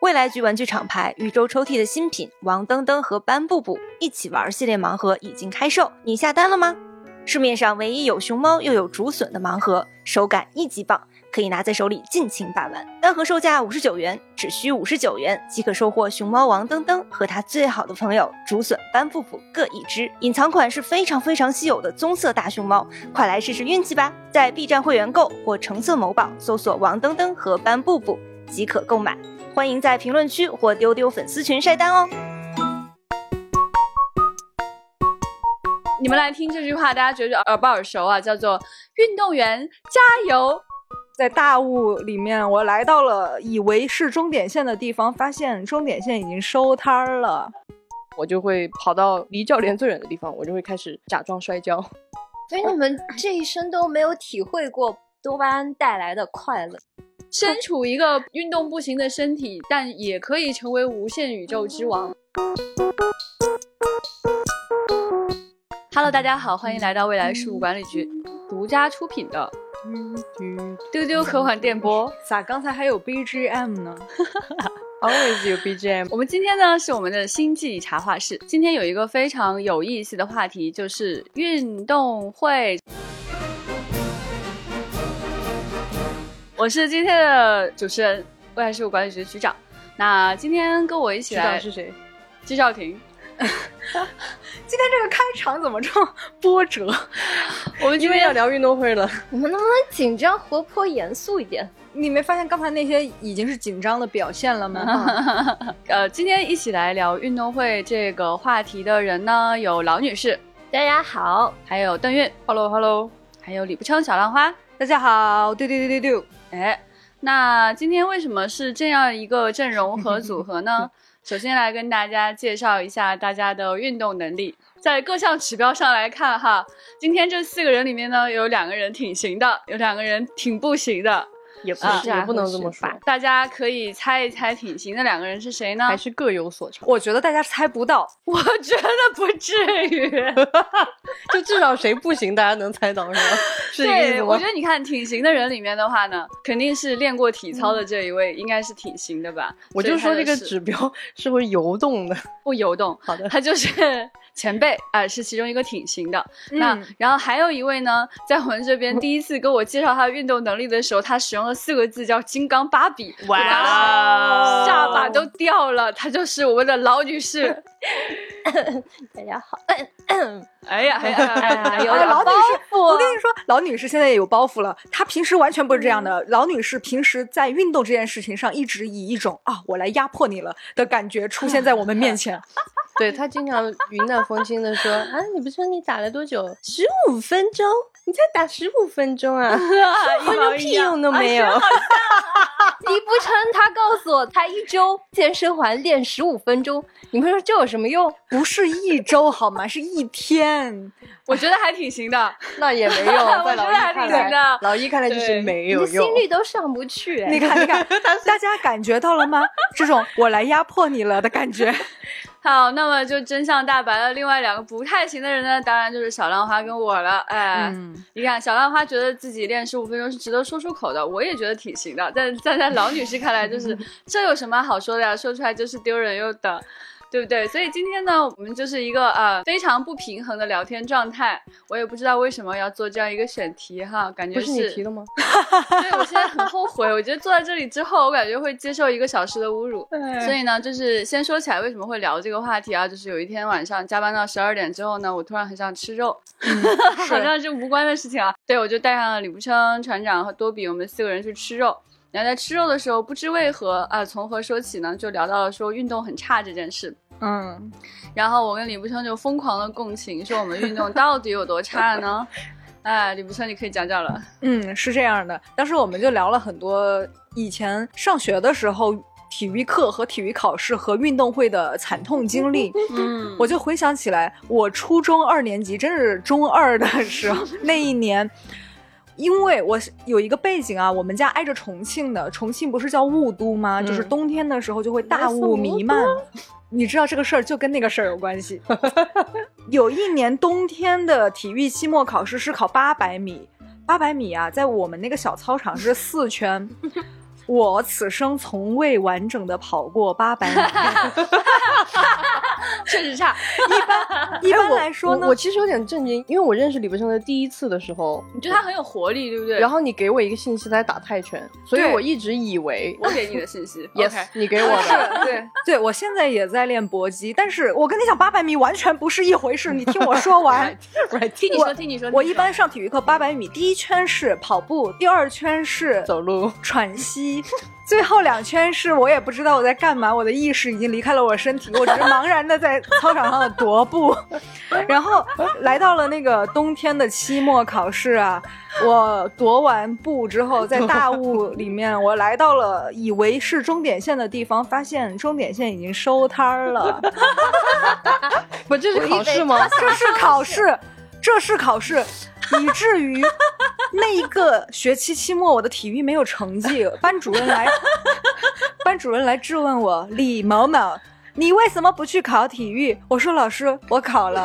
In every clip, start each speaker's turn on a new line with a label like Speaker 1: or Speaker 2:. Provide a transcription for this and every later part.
Speaker 1: 未来局玩具厂牌宇宙抽屉的新品王登登和班布布一起玩系列盲盒已经开售，你下单了吗？市面上唯一有熊猫又有竹笋的盲盒，手感一级棒，可以拿在手里尽情把玩。单盒售价五十九元，只需五十九元即可收获熊猫王登登和他最好的朋友竹笋班布布各一只。隐藏款是非常非常稀有的棕色大熊猫，快来试试运气吧！在 B 站会员购或橙色某宝搜索王登登和班布布即可购买。欢迎在评论区或丢丢粉丝群晒单哦。
Speaker 2: 你们来听这句话，大家觉得耳不耳熟啊？叫做“运动员加油
Speaker 3: 在大雾里面，我来到了以为是终点线的地方，发现终点线已经收摊儿了。
Speaker 4: 我就会跑到离教练最远的地方，我就会开始假装摔跤。
Speaker 5: 所以你们这一生都没有体会过多巴胺带来的快乐。”。
Speaker 2: 身处一个运动不行的身体，但也可以成为无限宇宙之王。Hello，大家好，欢迎来到未来事务管理局独家出品的丢丢科幻电波。
Speaker 3: 嗯咋刚才还有 BGM 呢？
Speaker 4: Always 有 BGM，
Speaker 2: 我们今天呢是我们的星际茶话室，今天有一个非常有意思的话题，就是运动会。我是今天的主持人，未来事务管理局局长。那今天跟我一起
Speaker 4: 知道
Speaker 2: 来
Speaker 4: 是谁？
Speaker 2: 季少廷，
Speaker 3: 今天这个开场怎么这么波折？
Speaker 2: 我们今
Speaker 4: 因为
Speaker 2: 天
Speaker 4: 要聊运动 会了，
Speaker 5: 你们能不能紧张、活泼、严肃一点？
Speaker 3: 你没发现刚才那些已经是紧张的表现了吗？
Speaker 2: 呃，今天一起来聊运动会这个话题的人呢，有老女士，
Speaker 5: 大家好，
Speaker 2: 还有邓韵，Hello Hello，还有李不称小浪花，
Speaker 3: 大家好，对对对对对，
Speaker 2: 哎，那今天为什么是这样一个阵容和组合呢？ 首先来跟大家介绍一下大家的运动能力，在各项指标上来看哈，今天这四个人里面呢，有两个人挺行的，有两个人挺不行的，
Speaker 4: 也 不
Speaker 2: 啊
Speaker 4: 是，也不能这么说，
Speaker 2: 大家可以猜一猜挺行的两个人是谁呢？
Speaker 4: 还是各有所长。
Speaker 3: 我觉得大家猜不到，
Speaker 2: 我觉得不至于。
Speaker 4: 就至少谁不行，大家能猜到是吧？是这个意
Speaker 2: 对，
Speaker 4: 思
Speaker 2: 我
Speaker 4: 吗
Speaker 2: 觉？得你看挺行的人里面的话呢，肯定是练过体操的这一位，应该是挺行的吧？
Speaker 4: 我
Speaker 2: 所以
Speaker 4: 就
Speaker 2: 他
Speaker 4: 说这个
Speaker 2: 是
Speaker 4: 指标是会游动的。
Speaker 2: 不游动，
Speaker 4: 好的，
Speaker 2: 他就是 前辈啊、是其中一个挺行的。那
Speaker 3: 嗯
Speaker 2: 然后还有一位呢，在我们这边第一次跟我介绍他的运动能力的时候，他使用了四个字叫“金刚芭比”，我
Speaker 3: 哦
Speaker 2: 当时下巴都掉了。他就是我们的老女士。
Speaker 5: 大家好，
Speaker 2: 哎呀，哎呀，哎 呀，有
Speaker 3: 哎
Speaker 2: 点
Speaker 3: 老
Speaker 2: 包
Speaker 3: 女士，我
Speaker 2: 袱
Speaker 3: 跟。你说，老女士现在也有包袱了。她平时完全不是这样
Speaker 2: 嗯
Speaker 3: 的。老女士平时在运动这件事情上，一直以一种啊我来压迫你了的感觉出现在我们 面前。
Speaker 4: 对他经常云淡风轻的说：“啊，你不是说你打了多久？十五分钟？你才打十五分钟 啊，
Speaker 2: 一啊
Speaker 4: 一分钟屁用都没有。
Speaker 5: 李不成他告诉我，他一周健身环练十五分钟，你们说这有什么用？
Speaker 3: 不是一周好吗？是一天。
Speaker 2: 我觉得还挺 行的。
Speaker 4: 那也 没用，
Speaker 2: 我
Speaker 4: 哎在
Speaker 2: 觉
Speaker 4: 老
Speaker 2: 得
Speaker 4: 一
Speaker 2: 还
Speaker 4: 看
Speaker 2: 挺行的
Speaker 4: 来，老一看来就
Speaker 2: 对
Speaker 4: 是没
Speaker 5: 你
Speaker 4: 有
Speaker 5: 的
Speaker 4: 用
Speaker 5: 心。率都上不去、哎
Speaker 3: 你看，你看，大家感觉到了吗？这种我来压迫你了的 感觉。
Speaker 2: 好，那么就真相大白了。另外两个不太行的人呢，当然就是小浪花跟我了。哎，
Speaker 3: 嗯，
Speaker 2: 你看，小浪花觉得自己练十五分钟是值得说出口的，我也觉得挺行的。但站在老女士看来，就是
Speaker 4: 嗯
Speaker 2: 这有什么好说的呀、说出来就是丢人又的。对不对？所以今天呢，我们就是一个呃非常不平衡的聊天状态。我也不知道为什么要做这样一个选题哈，感觉
Speaker 4: 不是你提的吗？
Speaker 2: 对，我现在很后悔。我觉得坐在这里之后，我感觉会接受一个小时的侮辱。
Speaker 3: 嗯
Speaker 2: 所以呢，就是先说起来为什么会聊这个话题啊？就是有一天晚上加班到十二点之后呢，我突然很想吃肉， 好嗯像是无关的事情啊。对，我就带上了李步称船长和多比，我们四个人去吃肉。然后在吃肉的时候，不知为何啊、从何说起呢？就聊到了说运动很差这件事。
Speaker 3: 嗯，
Speaker 2: 然后我跟李步称就疯狂的共情，说我们运动到底有多差呢？哎，李步称，你可以讲讲了。
Speaker 3: 嗯，是这样的。当时我们就聊了很多以前上学的时候体育课和体育考试和运动会的惨痛经历。
Speaker 2: 嗯
Speaker 3: 我就回想起来，我初中二年级，真是中二的时候那一年。因为我是有一个背景啊，我们家挨着重庆的，重庆不是叫雾都吗？
Speaker 4: 嗯
Speaker 3: 就是冬天的时候就会大雾弥漫。你知道这个事儿就跟那个事儿有关系。有一年冬天的体育期末考试 是考八百米，八百米啊，在我们那个小操场是四圈。我此生从未完整的跑过八百米。
Speaker 2: 确实差，
Speaker 3: 一般
Speaker 4: 哎我
Speaker 3: 来说呢
Speaker 4: 我，我其实有点震惊，因为我认识李伯承的第一次的时候，
Speaker 2: 你觉得他很有活力，对不对？
Speaker 4: 然
Speaker 2: 后
Speaker 4: 后你给我一个信息，他在打泰拳，所以
Speaker 3: 对
Speaker 4: 我一直以为
Speaker 2: 我给你的信 息
Speaker 4: yes，、
Speaker 2: OK
Speaker 4: 你给我的。
Speaker 2: 对，
Speaker 3: 对我现在也在练搏击，但是我跟你讲，八百米完全不是一回事。你听我说 完，
Speaker 2: 听你说，听你说，
Speaker 3: 我
Speaker 2: 听你
Speaker 3: 一
Speaker 2: 说
Speaker 3: 般上体育课八百米，第一圈是跑步，第二圈是
Speaker 4: 走路，
Speaker 3: 喘息，最后两圈是我也不知道我在干嘛，我的意识已经离开了我身体，我只是茫然的在操场上的踱步。然后来到了那个冬天的期末考试啊，我踱完步之后，在大雾里面，我来到了以为是终点线的地方，发现终点线已经收摊儿了。
Speaker 4: 不，这是考试吗？
Speaker 3: 这是考试，这是考试，以至于那一个学期期末我的体育没有成绩，班主任来， 班主任来质问我李某某。你为什么不去考体育？我说老师，我考了，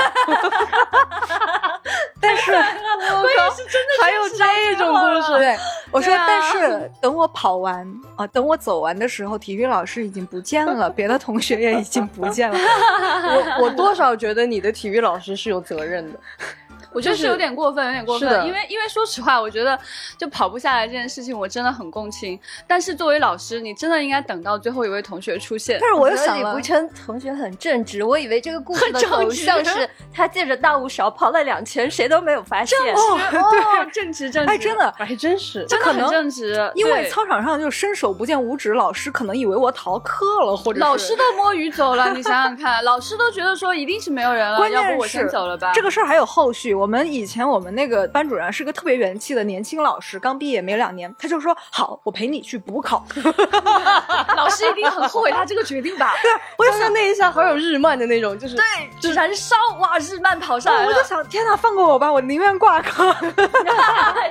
Speaker 3: 但是
Speaker 2: 我也是真的
Speaker 4: 还有这种故事，
Speaker 3: 对我说，
Speaker 2: 对啊
Speaker 3: 但是等我跑完啊，等我走完的时候，体育老师已经不见了，别的同学也已经不见了。
Speaker 4: 我我多少觉得你的体育老师是有责任的。
Speaker 2: 我觉得是有点过分，有点过
Speaker 4: 是的
Speaker 2: 分。因为因为说实话，我觉得就跑步下来这件事情，我真的很共情。但是作为老师，你真的应该等到最后一位同学出现
Speaker 3: 但。是我又
Speaker 5: 觉得
Speaker 3: 想
Speaker 5: 李
Speaker 3: 了
Speaker 5: 不，琛同学很正直，我以为这个故事的
Speaker 2: 很正
Speaker 5: 走
Speaker 2: 直
Speaker 5: 向是他借着大雾勺跑了两圈，谁都没有发现。
Speaker 2: 哦，正直正直，
Speaker 3: 哎，真的，
Speaker 4: 还真是，
Speaker 2: 真的
Speaker 3: 可能
Speaker 2: 很正直，
Speaker 3: 因为
Speaker 2: 对
Speaker 3: 操场上就伸手不见五指，老师可能以为我逃课了，或者是
Speaker 2: 老师都摸鱼走了，你想想看，老师都觉得说一定是没有人了，
Speaker 3: 关
Speaker 2: 啊要
Speaker 3: 键是
Speaker 2: 不我先走了吧？
Speaker 3: 这个事儿还有后续。我们以前我们那个班主任是个特别元气的年轻老师，刚毕业没两年，他就说好，我陪你去补考。
Speaker 2: 老师一定很后悔他这个决定吧？
Speaker 4: 我想那一下好有日漫的那种，就是
Speaker 2: 对，燃烧哇，日漫跑上来
Speaker 3: 我就
Speaker 2: 了，
Speaker 3: 想，天哪，放过我吧，我宁愿挂科。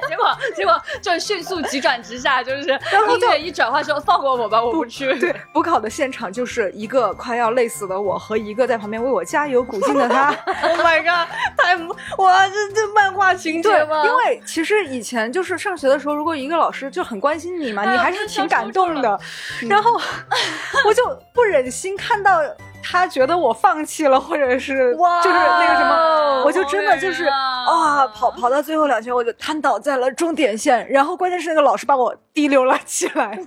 Speaker 2: 结果结果就迅速急转直下，就是音乐一转换说放过我吧，我不去。
Speaker 3: 对，补考的现场就是一个快要累死的我和一个在旁边为我加油鼓劲 的他。
Speaker 4: Oh my god！太哇，这这漫画情节
Speaker 3: 对，
Speaker 4: 吗？
Speaker 3: 因为其实以前就是上学的时候，如果一个老师就很关心你嘛，
Speaker 2: 哎呀
Speaker 3: 你还是挺感动的。然后我就不忍心看到他觉得我放弃了，或者是就是那个什么，我就真的就是
Speaker 2: 啊
Speaker 3: 啊，跑跑到最后两圈，我就瘫倒在了终点线。然后关键是那个老师把我提溜了起来，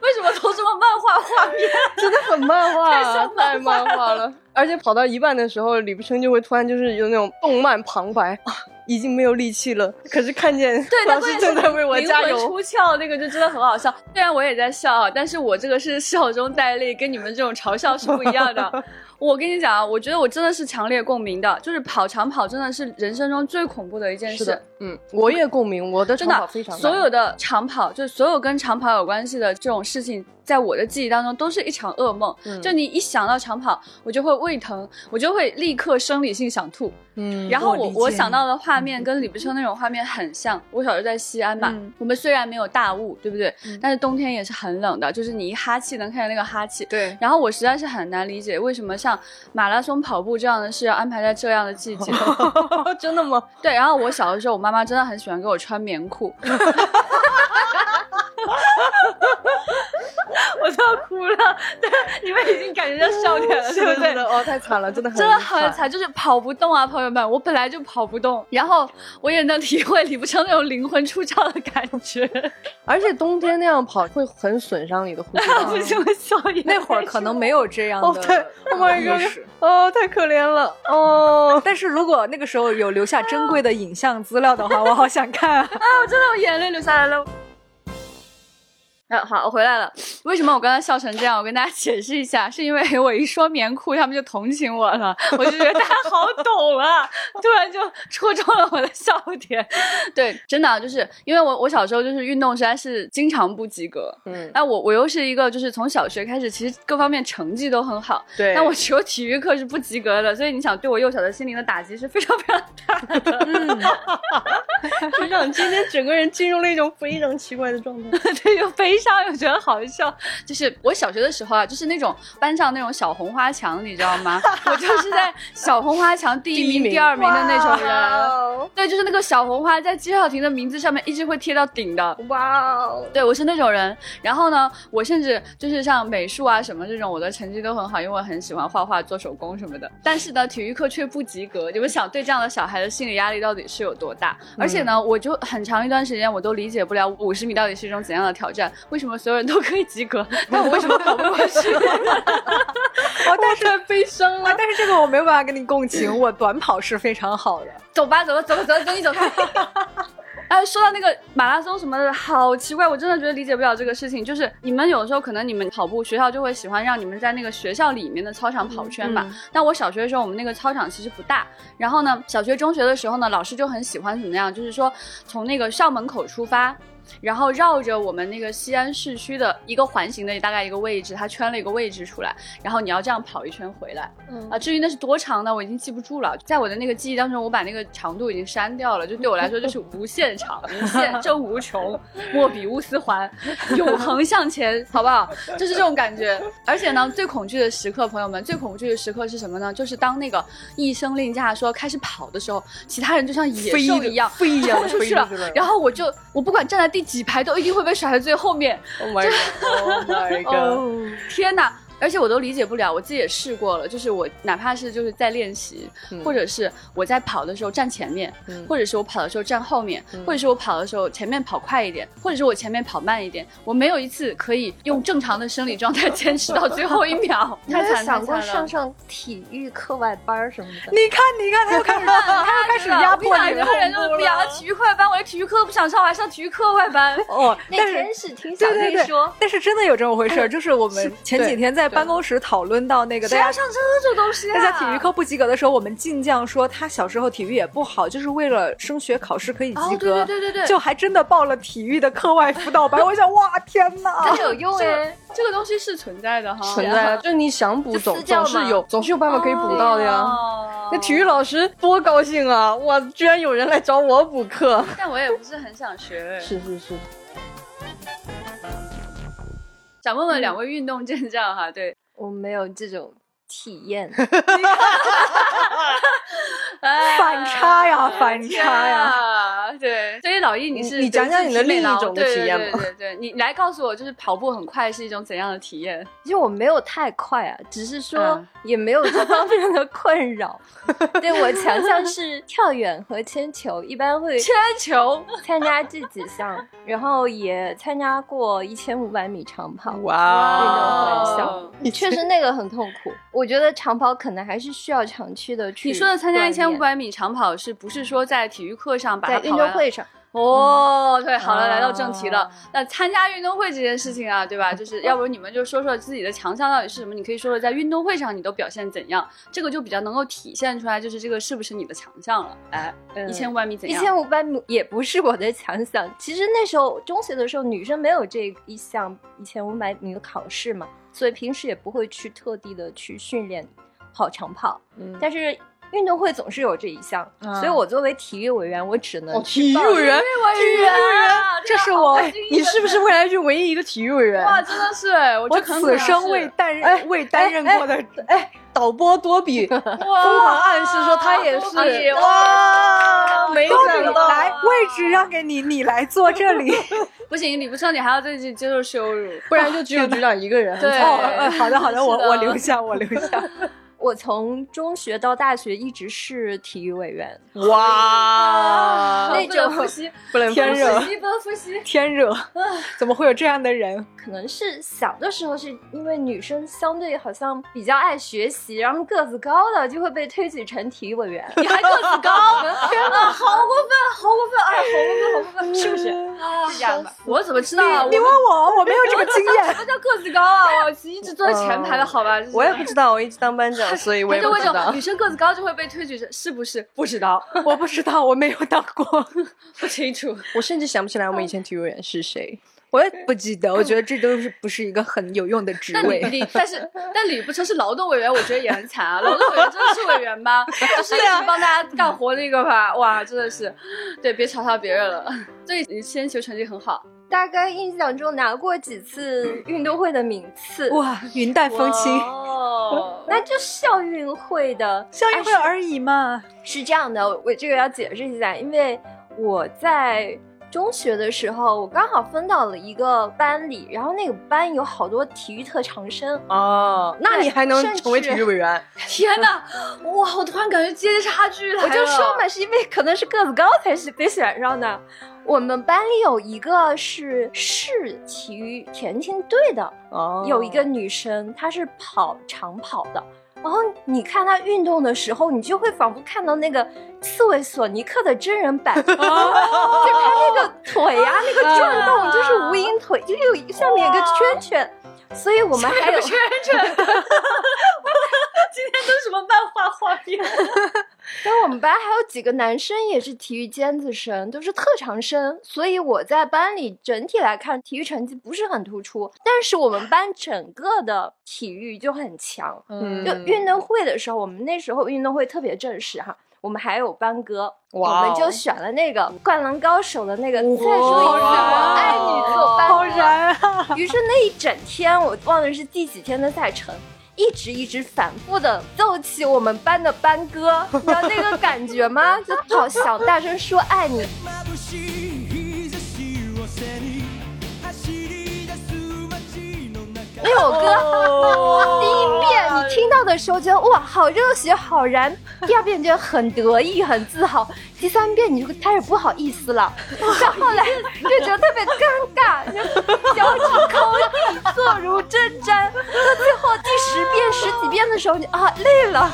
Speaker 2: 为什么都这么漫画画 面？
Speaker 4: 真的很漫画啊，
Speaker 2: 太像
Speaker 4: 太漫画了。而且跑到一半的时候，李不生就会突然就是有那种动漫旁白啊，已经没有力气了，可是看见
Speaker 2: 对，但
Speaker 4: 老
Speaker 2: 关
Speaker 4: 师
Speaker 2: 键
Speaker 4: 正在为我加
Speaker 2: 灵魂
Speaker 4: 油。
Speaker 2: 出窍那个就真的很好笑，虽然我也在笑啊，但是我这个是笑中带泪，跟你们这种嘲笑是不一样 的。我跟你讲啊，我觉得我真的是强烈共鸣的，就是跑长跑真的是人生中最恐怖的一件
Speaker 4: 是
Speaker 2: 事
Speaker 4: 的。，嗯，我也共鸣，我的
Speaker 2: 真
Speaker 4: 长
Speaker 2: 的
Speaker 4: 跑非常，慢
Speaker 2: 所有的长跑，就是所有跟长跑有关系的这种事情，在我的记忆当中都是一场噩梦。
Speaker 4: 嗯
Speaker 2: 就你一想到长跑，我就会胃疼，我就会立刻生理性想吐。
Speaker 4: 嗯，
Speaker 2: 然后
Speaker 3: 我
Speaker 2: 我
Speaker 3: 理解
Speaker 2: 我
Speaker 3: 你嗯
Speaker 2: 想到的画面跟李不生那种画面很像。我小时候在西安嘛，
Speaker 3: 嗯
Speaker 2: 我们虽然没有大雾，对不对？但是冬天也是很冷的，就是你一哈气能看见那个哈气。
Speaker 4: 对，
Speaker 2: 然后我实在是很难理解，为什么像马拉松、跑步这样的事要安排在这样的季 节？
Speaker 4: 真的吗？
Speaker 2: 对，然后我小的时候，我妈妈真的很喜欢给我穿棉裤， 我都要哭了。对，你们已经感觉到笑点了，对不对
Speaker 4: 真的？哦，太惨了，真的很
Speaker 2: 真的很。惨，就是跑不动啊，朋友们，我本来就跑不动，然后我也能体会李不成那种灵魂出窍的感 觉。
Speaker 4: 而且冬天那样跑会很损伤你的呼 吸
Speaker 2: 不
Speaker 4: 道。
Speaker 2: 行，我笑一
Speaker 3: 那会儿可能没有这样
Speaker 4: 哦，对
Speaker 3: 的。
Speaker 4: ，Oh my
Speaker 3: 意
Speaker 4: god！
Speaker 3: 识。
Speaker 4: 哦，太可怜了，哦，
Speaker 3: 但是如果那个时候有留下珍贵的影像资料的话，我好想看啊。
Speaker 2: 真的我眼泪流下来了。啊，好，我回来了。为什么我刚才笑成这样？我跟大家解释一下，是因为我一说棉裤，他们就同情我了，我就觉得大家好懂啊，突然就戳中了我的笑点。对，真的啊、就是因为我我小时候就是运动实在是经常不及格，
Speaker 4: 嗯，
Speaker 2: 哎，我我又是一个就是从小学开始，其实各方面成绩都很好，
Speaker 4: 对。
Speaker 2: 但我只有体育课是不及格的，所以你想对我幼小的心灵的打击是非常非常
Speaker 4: 学长今天整个人进入了一种非常奇怪的状态。
Speaker 2: 对，又悲伤又觉得好笑。道，就是我小学的时候啊，就是那种班上那种小红花墙，你知道吗？我就是在小红花墙第一名、第二名的那种人。
Speaker 6: 哦，
Speaker 2: 对，就是那个小红花在季少廷的名字上面一直会贴到顶的。
Speaker 6: 哇哦，
Speaker 2: 对，我是那种人。然后呢，我甚至就是像美术啊什么这种，我的成绩都很好，因为我很喜欢画画、做手工什么的。但是呢，体育课却不及格。你们想，对这样的小孩的心理压力到底是有多大？而且呢，我就很长一段时间我都理解不了五十米到底是一种怎样的挑战，为什么所有人都可以及格， 但我为什么跑不过去？
Speaker 3: 哦，但是
Speaker 2: 太悲伤
Speaker 3: 啊
Speaker 2: 了，。
Speaker 3: 但是这个我没有办法跟你共情，我短跑是非常好的。
Speaker 2: 走吧，走吧，走吧，走吧，走你走开。 哎，说到那个马拉松什么的，好奇怪，我真的觉得理解不了这个事情。就是你们有时候可能你们跑步，学校就会喜欢让你们在那个学校里面的操场跑圈吧。但我小学的时候，我们那个操场其实不大。然后呢，小学、中学的时候呢，老师就很喜欢怎么样，就是说从那个校门口出发。然后绕着我们那个西安市区的一个环形的大概一个位置，它圈了一个位置出来，然后你要这样跑一圈回来。
Speaker 6: 嗯
Speaker 2: 啊，至于那是多长呢，我已经记不住了。在我的那个记忆当中，我把那个长度已经删掉了，就对我来说就是无限长，无限正无穷，莫比乌斯环，永恒向前，好不好？ 就是这种感觉。而且呢，最恐惧的时刻，朋友们，最恐惧的时刻是什么呢？就是当那个一声令下说开始跑的时候，其他人就像野兽一样啊
Speaker 3: 飞呀
Speaker 2: 冲出
Speaker 4: 啊
Speaker 2: 去了
Speaker 3: 飞出去了，
Speaker 2: 然后我就我不管站在第几排，都一定会被甩在最后面。嗯
Speaker 4: Oh my god！Oh my god！
Speaker 3: 哦，
Speaker 2: 天呐！而且我都理解不了，我自己也试过了，就是我哪怕是就是在练习，
Speaker 4: 嗯
Speaker 2: 或者是我在跑的时候站前面，
Speaker 4: 嗯
Speaker 2: 或者是我跑的时候站后面，
Speaker 4: 嗯
Speaker 2: 或者是我跑的时候前面跑快一点，或者是我前面跑慢一点，我没有一次可以用正常的生理状态 坚持到最后一秒，
Speaker 6: 你有
Speaker 2: 太
Speaker 6: 没有
Speaker 2: 惨
Speaker 6: 想
Speaker 2: 太
Speaker 6: 过
Speaker 2: 惨了
Speaker 6: 上。上体育课外班儿什么的？
Speaker 3: 你看，你看，他又开始，他又开始压迫
Speaker 2: 我
Speaker 3: 你
Speaker 2: 跟你讲
Speaker 3: 了
Speaker 2: 一个人就是不一样，体育课外班，我连体育课都不想上，我还上体育课外班。
Speaker 3: 哦，
Speaker 6: 那
Speaker 3: 但是
Speaker 6: 天是听小
Speaker 3: 对
Speaker 6: 黑
Speaker 3: 对对
Speaker 6: 说，
Speaker 3: 但是真的有这么回事儿，就是我们前几
Speaker 2: 哎对
Speaker 3: 天
Speaker 2: 对
Speaker 3: 在办公室讨论到那个大
Speaker 2: 谁要
Speaker 3: 家。
Speaker 2: 上这种东西啊？
Speaker 3: 大家体育课不及格的时候，我们进将说他小时候体育也不好，就是为了升学考试可以
Speaker 2: 哦，
Speaker 3: 及
Speaker 2: 对
Speaker 3: 格，
Speaker 2: 对对对对，
Speaker 3: 就还真的报了体育的课外 辅导班。我想，哇，天哪！
Speaker 6: 真有用
Speaker 2: 这
Speaker 6: 哎
Speaker 2: 个。这个东西是存在的哈，
Speaker 4: 存在，就是你想补
Speaker 6: 就
Speaker 4: 总
Speaker 6: 私教
Speaker 4: 总
Speaker 6: 嘛
Speaker 4: 是有，总是有办法可以补到的呀。
Speaker 2: 哦
Speaker 4: 那体育，老师多高兴啊！哇，居然有人来找我补课。
Speaker 2: 但我也不是很想学。
Speaker 4: 是是是，
Speaker 2: 想问
Speaker 4: 嗯
Speaker 2: 问两位运动健将哈， 对，
Speaker 6: 我没有这种体验，
Speaker 2: 哎
Speaker 3: 反差呀，反差呀！
Speaker 2: 呀，对。所以老易，你是
Speaker 4: 你你讲讲你的另一种的体验
Speaker 2: 对
Speaker 4: 吧
Speaker 2: 对对对对，你来告诉我，就是跑步很快是一种怎样的体验？
Speaker 6: 因为我没有太快啊，只是说
Speaker 2: 嗯
Speaker 6: 也没有这方面的困 扰。对我强项是跳远和铅球，一般会
Speaker 2: 铅球，
Speaker 6: 参加这几项，然后也参加过一千五百米长跑。
Speaker 4: 哇哦
Speaker 6: 哇运动很小
Speaker 2: 嗯
Speaker 6: 确实那个很痛苦，我觉得长跑可能还是需要长期的去。
Speaker 2: 你说的参加一千五，百米长跑是不是说在体育课上把它
Speaker 6: 在
Speaker 2: 跑
Speaker 6: 运动
Speaker 2: 完
Speaker 6: 会上，
Speaker 2: 哦，对，好了，
Speaker 4: 啊
Speaker 2: 来到正题了。那参加运动会这件事情啊，对吧？就是要不你们就说说自己的强项到底是什么？你可以说说在运动会上你都表现怎样，这个就比较能够体现出来，就是这个是不是你的强项了？哎，一千五百米怎
Speaker 6: 一
Speaker 2: 样？
Speaker 6: 千五百米也不是我的强项。其实那时候中学的时候，女生没有这一项一千五百米的考试嘛，所以平时也不会去特地的去训练跑长跑。
Speaker 4: 嗯
Speaker 6: 但是运动会总是有这一项，所以我作为体育委员，我只能
Speaker 4: 哦，
Speaker 6: 去
Speaker 4: 体育
Speaker 6: 报
Speaker 4: 委员，
Speaker 2: 体育委员啊，
Speaker 3: 这是我
Speaker 4: 哎你是不是未来就唯一一个体育委员？
Speaker 2: 哇，真的是，我
Speaker 3: 我
Speaker 2: 就很可
Speaker 3: 此生
Speaker 2: 能
Speaker 3: 未
Speaker 2: 是
Speaker 3: 担
Speaker 4: 哎
Speaker 3: 任未担任过的
Speaker 4: 哎，导播多比
Speaker 2: 哇
Speaker 4: 疯狂暗示说他也
Speaker 2: 多比
Speaker 4: 是
Speaker 2: 哇
Speaker 4: 没
Speaker 3: 都
Speaker 4: 想
Speaker 3: 你
Speaker 4: 到
Speaker 3: 来，位置让给你，你来坐 这里。
Speaker 2: 不行，你不上，你还要再去接受羞辱。
Speaker 4: 不然就只有局长一个人。
Speaker 2: 对
Speaker 3: 哦，呃好的好的，我
Speaker 2: 是的
Speaker 3: 我留下，我留 下。
Speaker 6: 我从中学到大学一直是体育委员，
Speaker 4: 哇，
Speaker 6: 那种
Speaker 2: 不能复习，
Speaker 4: 啊不能
Speaker 3: 天热
Speaker 2: 复习不能复习。
Speaker 3: 天热，怎么会有这样的人？
Speaker 6: 可能是小的时候是因为女生相对好像比较爱学习，然后个子高的就会被推举成体育委员。
Speaker 2: 你还个子高，天哪，好过分，好过分，哎，好过分，好过分，是不是？啊，是这样吧？我怎么知道啊？我
Speaker 3: 你问我，我没有这个经验。
Speaker 2: 什么叫个子高啊？我一直坐在前排的好吧？就是
Speaker 4: 我也不知道，我一直当班长，所以我
Speaker 2: 他
Speaker 4: 也
Speaker 2: 就
Speaker 4: 不
Speaker 2: 会
Speaker 4: 知
Speaker 2: 这
Speaker 4: 道
Speaker 2: 种女。生个子高就会被推举成是不是？不知道，
Speaker 3: 我不知道，我没有 当过，
Speaker 2: 不清楚。
Speaker 4: 我甚至想不起来我们以前体育委员是谁。
Speaker 3: 我也不记得。我觉得这都是不是一个很有用的职
Speaker 2: 但
Speaker 3: 位。
Speaker 2: 李但是但李不成是劳动委员，我觉得也很惨啊。劳动委员真的是委员 吗？就是一直帮大家干 活的一个吧？哇，真的是，对，别嘲笑别人了。所以你铅球成绩很好，
Speaker 6: 大概印象中拿过几次运动会的名次，
Speaker 3: 哇，云淡风轻，
Speaker 2: 哦，
Speaker 6: 那就校运会的
Speaker 3: 校运会
Speaker 2: 哎
Speaker 3: 而已嘛。
Speaker 6: 是这样的，我这个要解释一下，因为我在中学的时候，我刚好分到了一个班里，然后那个班有好多体育特长生。
Speaker 4: 哦，那你还能
Speaker 6: 甚至
Speaker 4: 成为体育 委员？
Speaker 2: 天哪，哇！我突然感觉接着差距来
Speaker 6: 我
Speaker 2: 了。
Speaker 6: 就说嘛，是因为可能是个子高才是被选上的。我们班里有一个是市体育田径队的，
Speaker 4: 哦，
Speaker 6: 有一个女生，她是跑长跑的。然后你看她运动的时候，你就会仿佛看到那个刺猬索尼克的真人 版，就是她那个腿呀、那个转动
Speaker 2: 哦
Speaker 6: 就是无影腿，就是有下面有个圈圈。所以我们还有
Speaker 2: 圈圈，今天都什么漫画画面？
Speaker 6: 然后我们班还有几个男生也是体育尖子生，都是特长生，所以我在班里整体来看体育成绩不是很突出，但是我们班整个的体育就很强。
Speaker 4: 嗯
Speaker 6: 就运动会的时候，我们那时候运动会特别正式哈，我们还有班歌，
Speaker 4: 哇哦
Speaker 6: 我们就选了那个《灌篮高手》的那个“再说一次
Speaker 4: 好燃
Speaker 6: 我
Speaker 4: 啊
Speaker 6: 爱你”做班歌。
Speaker 3: 好燃啊！
Speaker 6: 于是那一整天，我忘了是第几天的赛程，一直一直反复的奏起我们班的班歌，你知道那个感觉吗？就好想大声说爱你。
Speaker 7: 眩しい日差しを背に走り出す街の中
Speaker 6: 那首歌，第一遍你听到的时候觉得哇好热血好燃，第二遍觉得很得意很自豪，第三遍你就开始不好意思了，到后来就觉得特别尴尬，就脚趾抠地，坐如针毡。到最后第十遍十几遍的时候，你啊累了。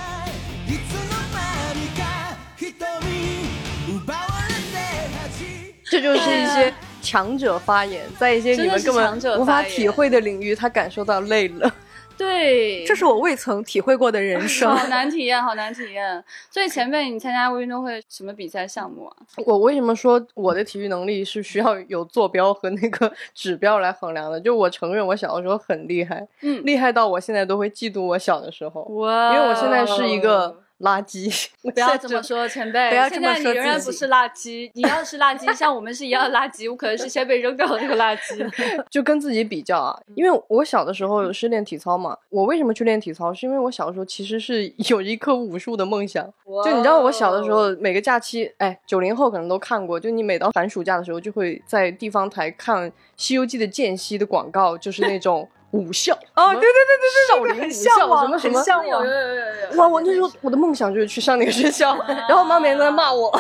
Speaker 7: いつの間にか瞳に奪われて立ち
Speaker 4: 这就是一些强者发言，在一些你们根
Speaker 2: 真的是强者发
Speaker 4: 本
Speaker 2: 言
Speaker 4: 无法体会的领域，他感受到累了。
Speaker 2: 对，
Speaker 3: 这是我未曾体会过的人生。
Speaker 2: 好难体验，好难体验。所以前辈，你参加过运动会什么比赛项目啊？
Speaker 4: 我为什么说我的体育能力是需要有坐标和那个 指标来衡量的？就我承认我小的时候很厉害，
Speaker 2: 嗯
Speaker 4: 厉害到我现在都会嫉妒我小的时候，因
Speaker 2: 哇哦
Speaker 4: 为我现在是一个垃圾。
Speaker 2: 不要这么说，前辈，
Speaker 3: 不要这
Speaker 2: 现
Speaker 3: 么
Speaker 2: 在
Speaker 3: 说
Speaker 2: 你仍然
Speaker 3: 自
Speaker 2: 不
Speaker 3: 己
Speaker 2: 是垃圾， 你要是垃圾，像我们是一样的垃圾，我可能是先被扔掉的那个垃 圾。
Speaker 4: 就跟自己比较啊，因
Speaker 3: 嗯
Speaker 4: 为我小的时候是练体操嘛。我为什么去练体操？是因为我小时候其实是 有一颗武术的梦想。
Speaker 3: 哦
Speaker 4: 就你知道，我小的时候每个假期，哎，九零后可能都看过，就你每到寒暑假的时候，就会在地方台看《西游记》的间隙的广告，就是 那种武校
Speaker 3: 哦，对对
Speaker 4: 少
Speaker 3: 对对对，
Speaker 4: 林武
Speaker 3: 很
Speaker 4: 校
Speaker 3: 向
Speaker 4: 什
Speaker 3: 往，
Speaker 4: 么什
Speaker 3: 很
Speaker 4: 么。
Speaker 3: 向
Speaker 2: 有
Speaker 3: 往
Speaker 2: 有。有有有。
Speaker 4: 哇！我那时候我的梦想就是去上那个学 校，然后我妈每天都在骂我。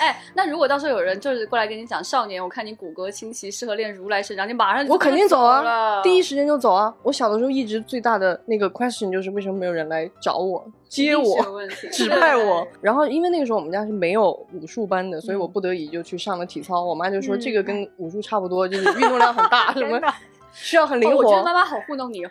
Speaker 2: 哎，那如果到时候有人就是过来跟你讲，少年，我看你骨骼清奇，适合练如来神掌，你马上就
Speaker 4: 我肯定走啊，
Speaker 2: 了
Speaker 4: 第一时间就走啊。我小的时候一直最大的那个 question 就是为什么没有人来找我、接
Speaker 2: 历史
Speaker 4: 我
Speaker 2: 有、问题
Speaker 4: 指派我
Speaker 2: 对。哦嗯
Speaker 4: 然后因为那个时候我们家是没有武术班的，所以我不得已就去上了体操。我妈就说这个跟武术差不多，就是运动量很 大，什么需要很灵
Speaker 2: 哦我觉得妈
Speaker 4: 活。
Speaker 2: 妈好糊弄 你，哦。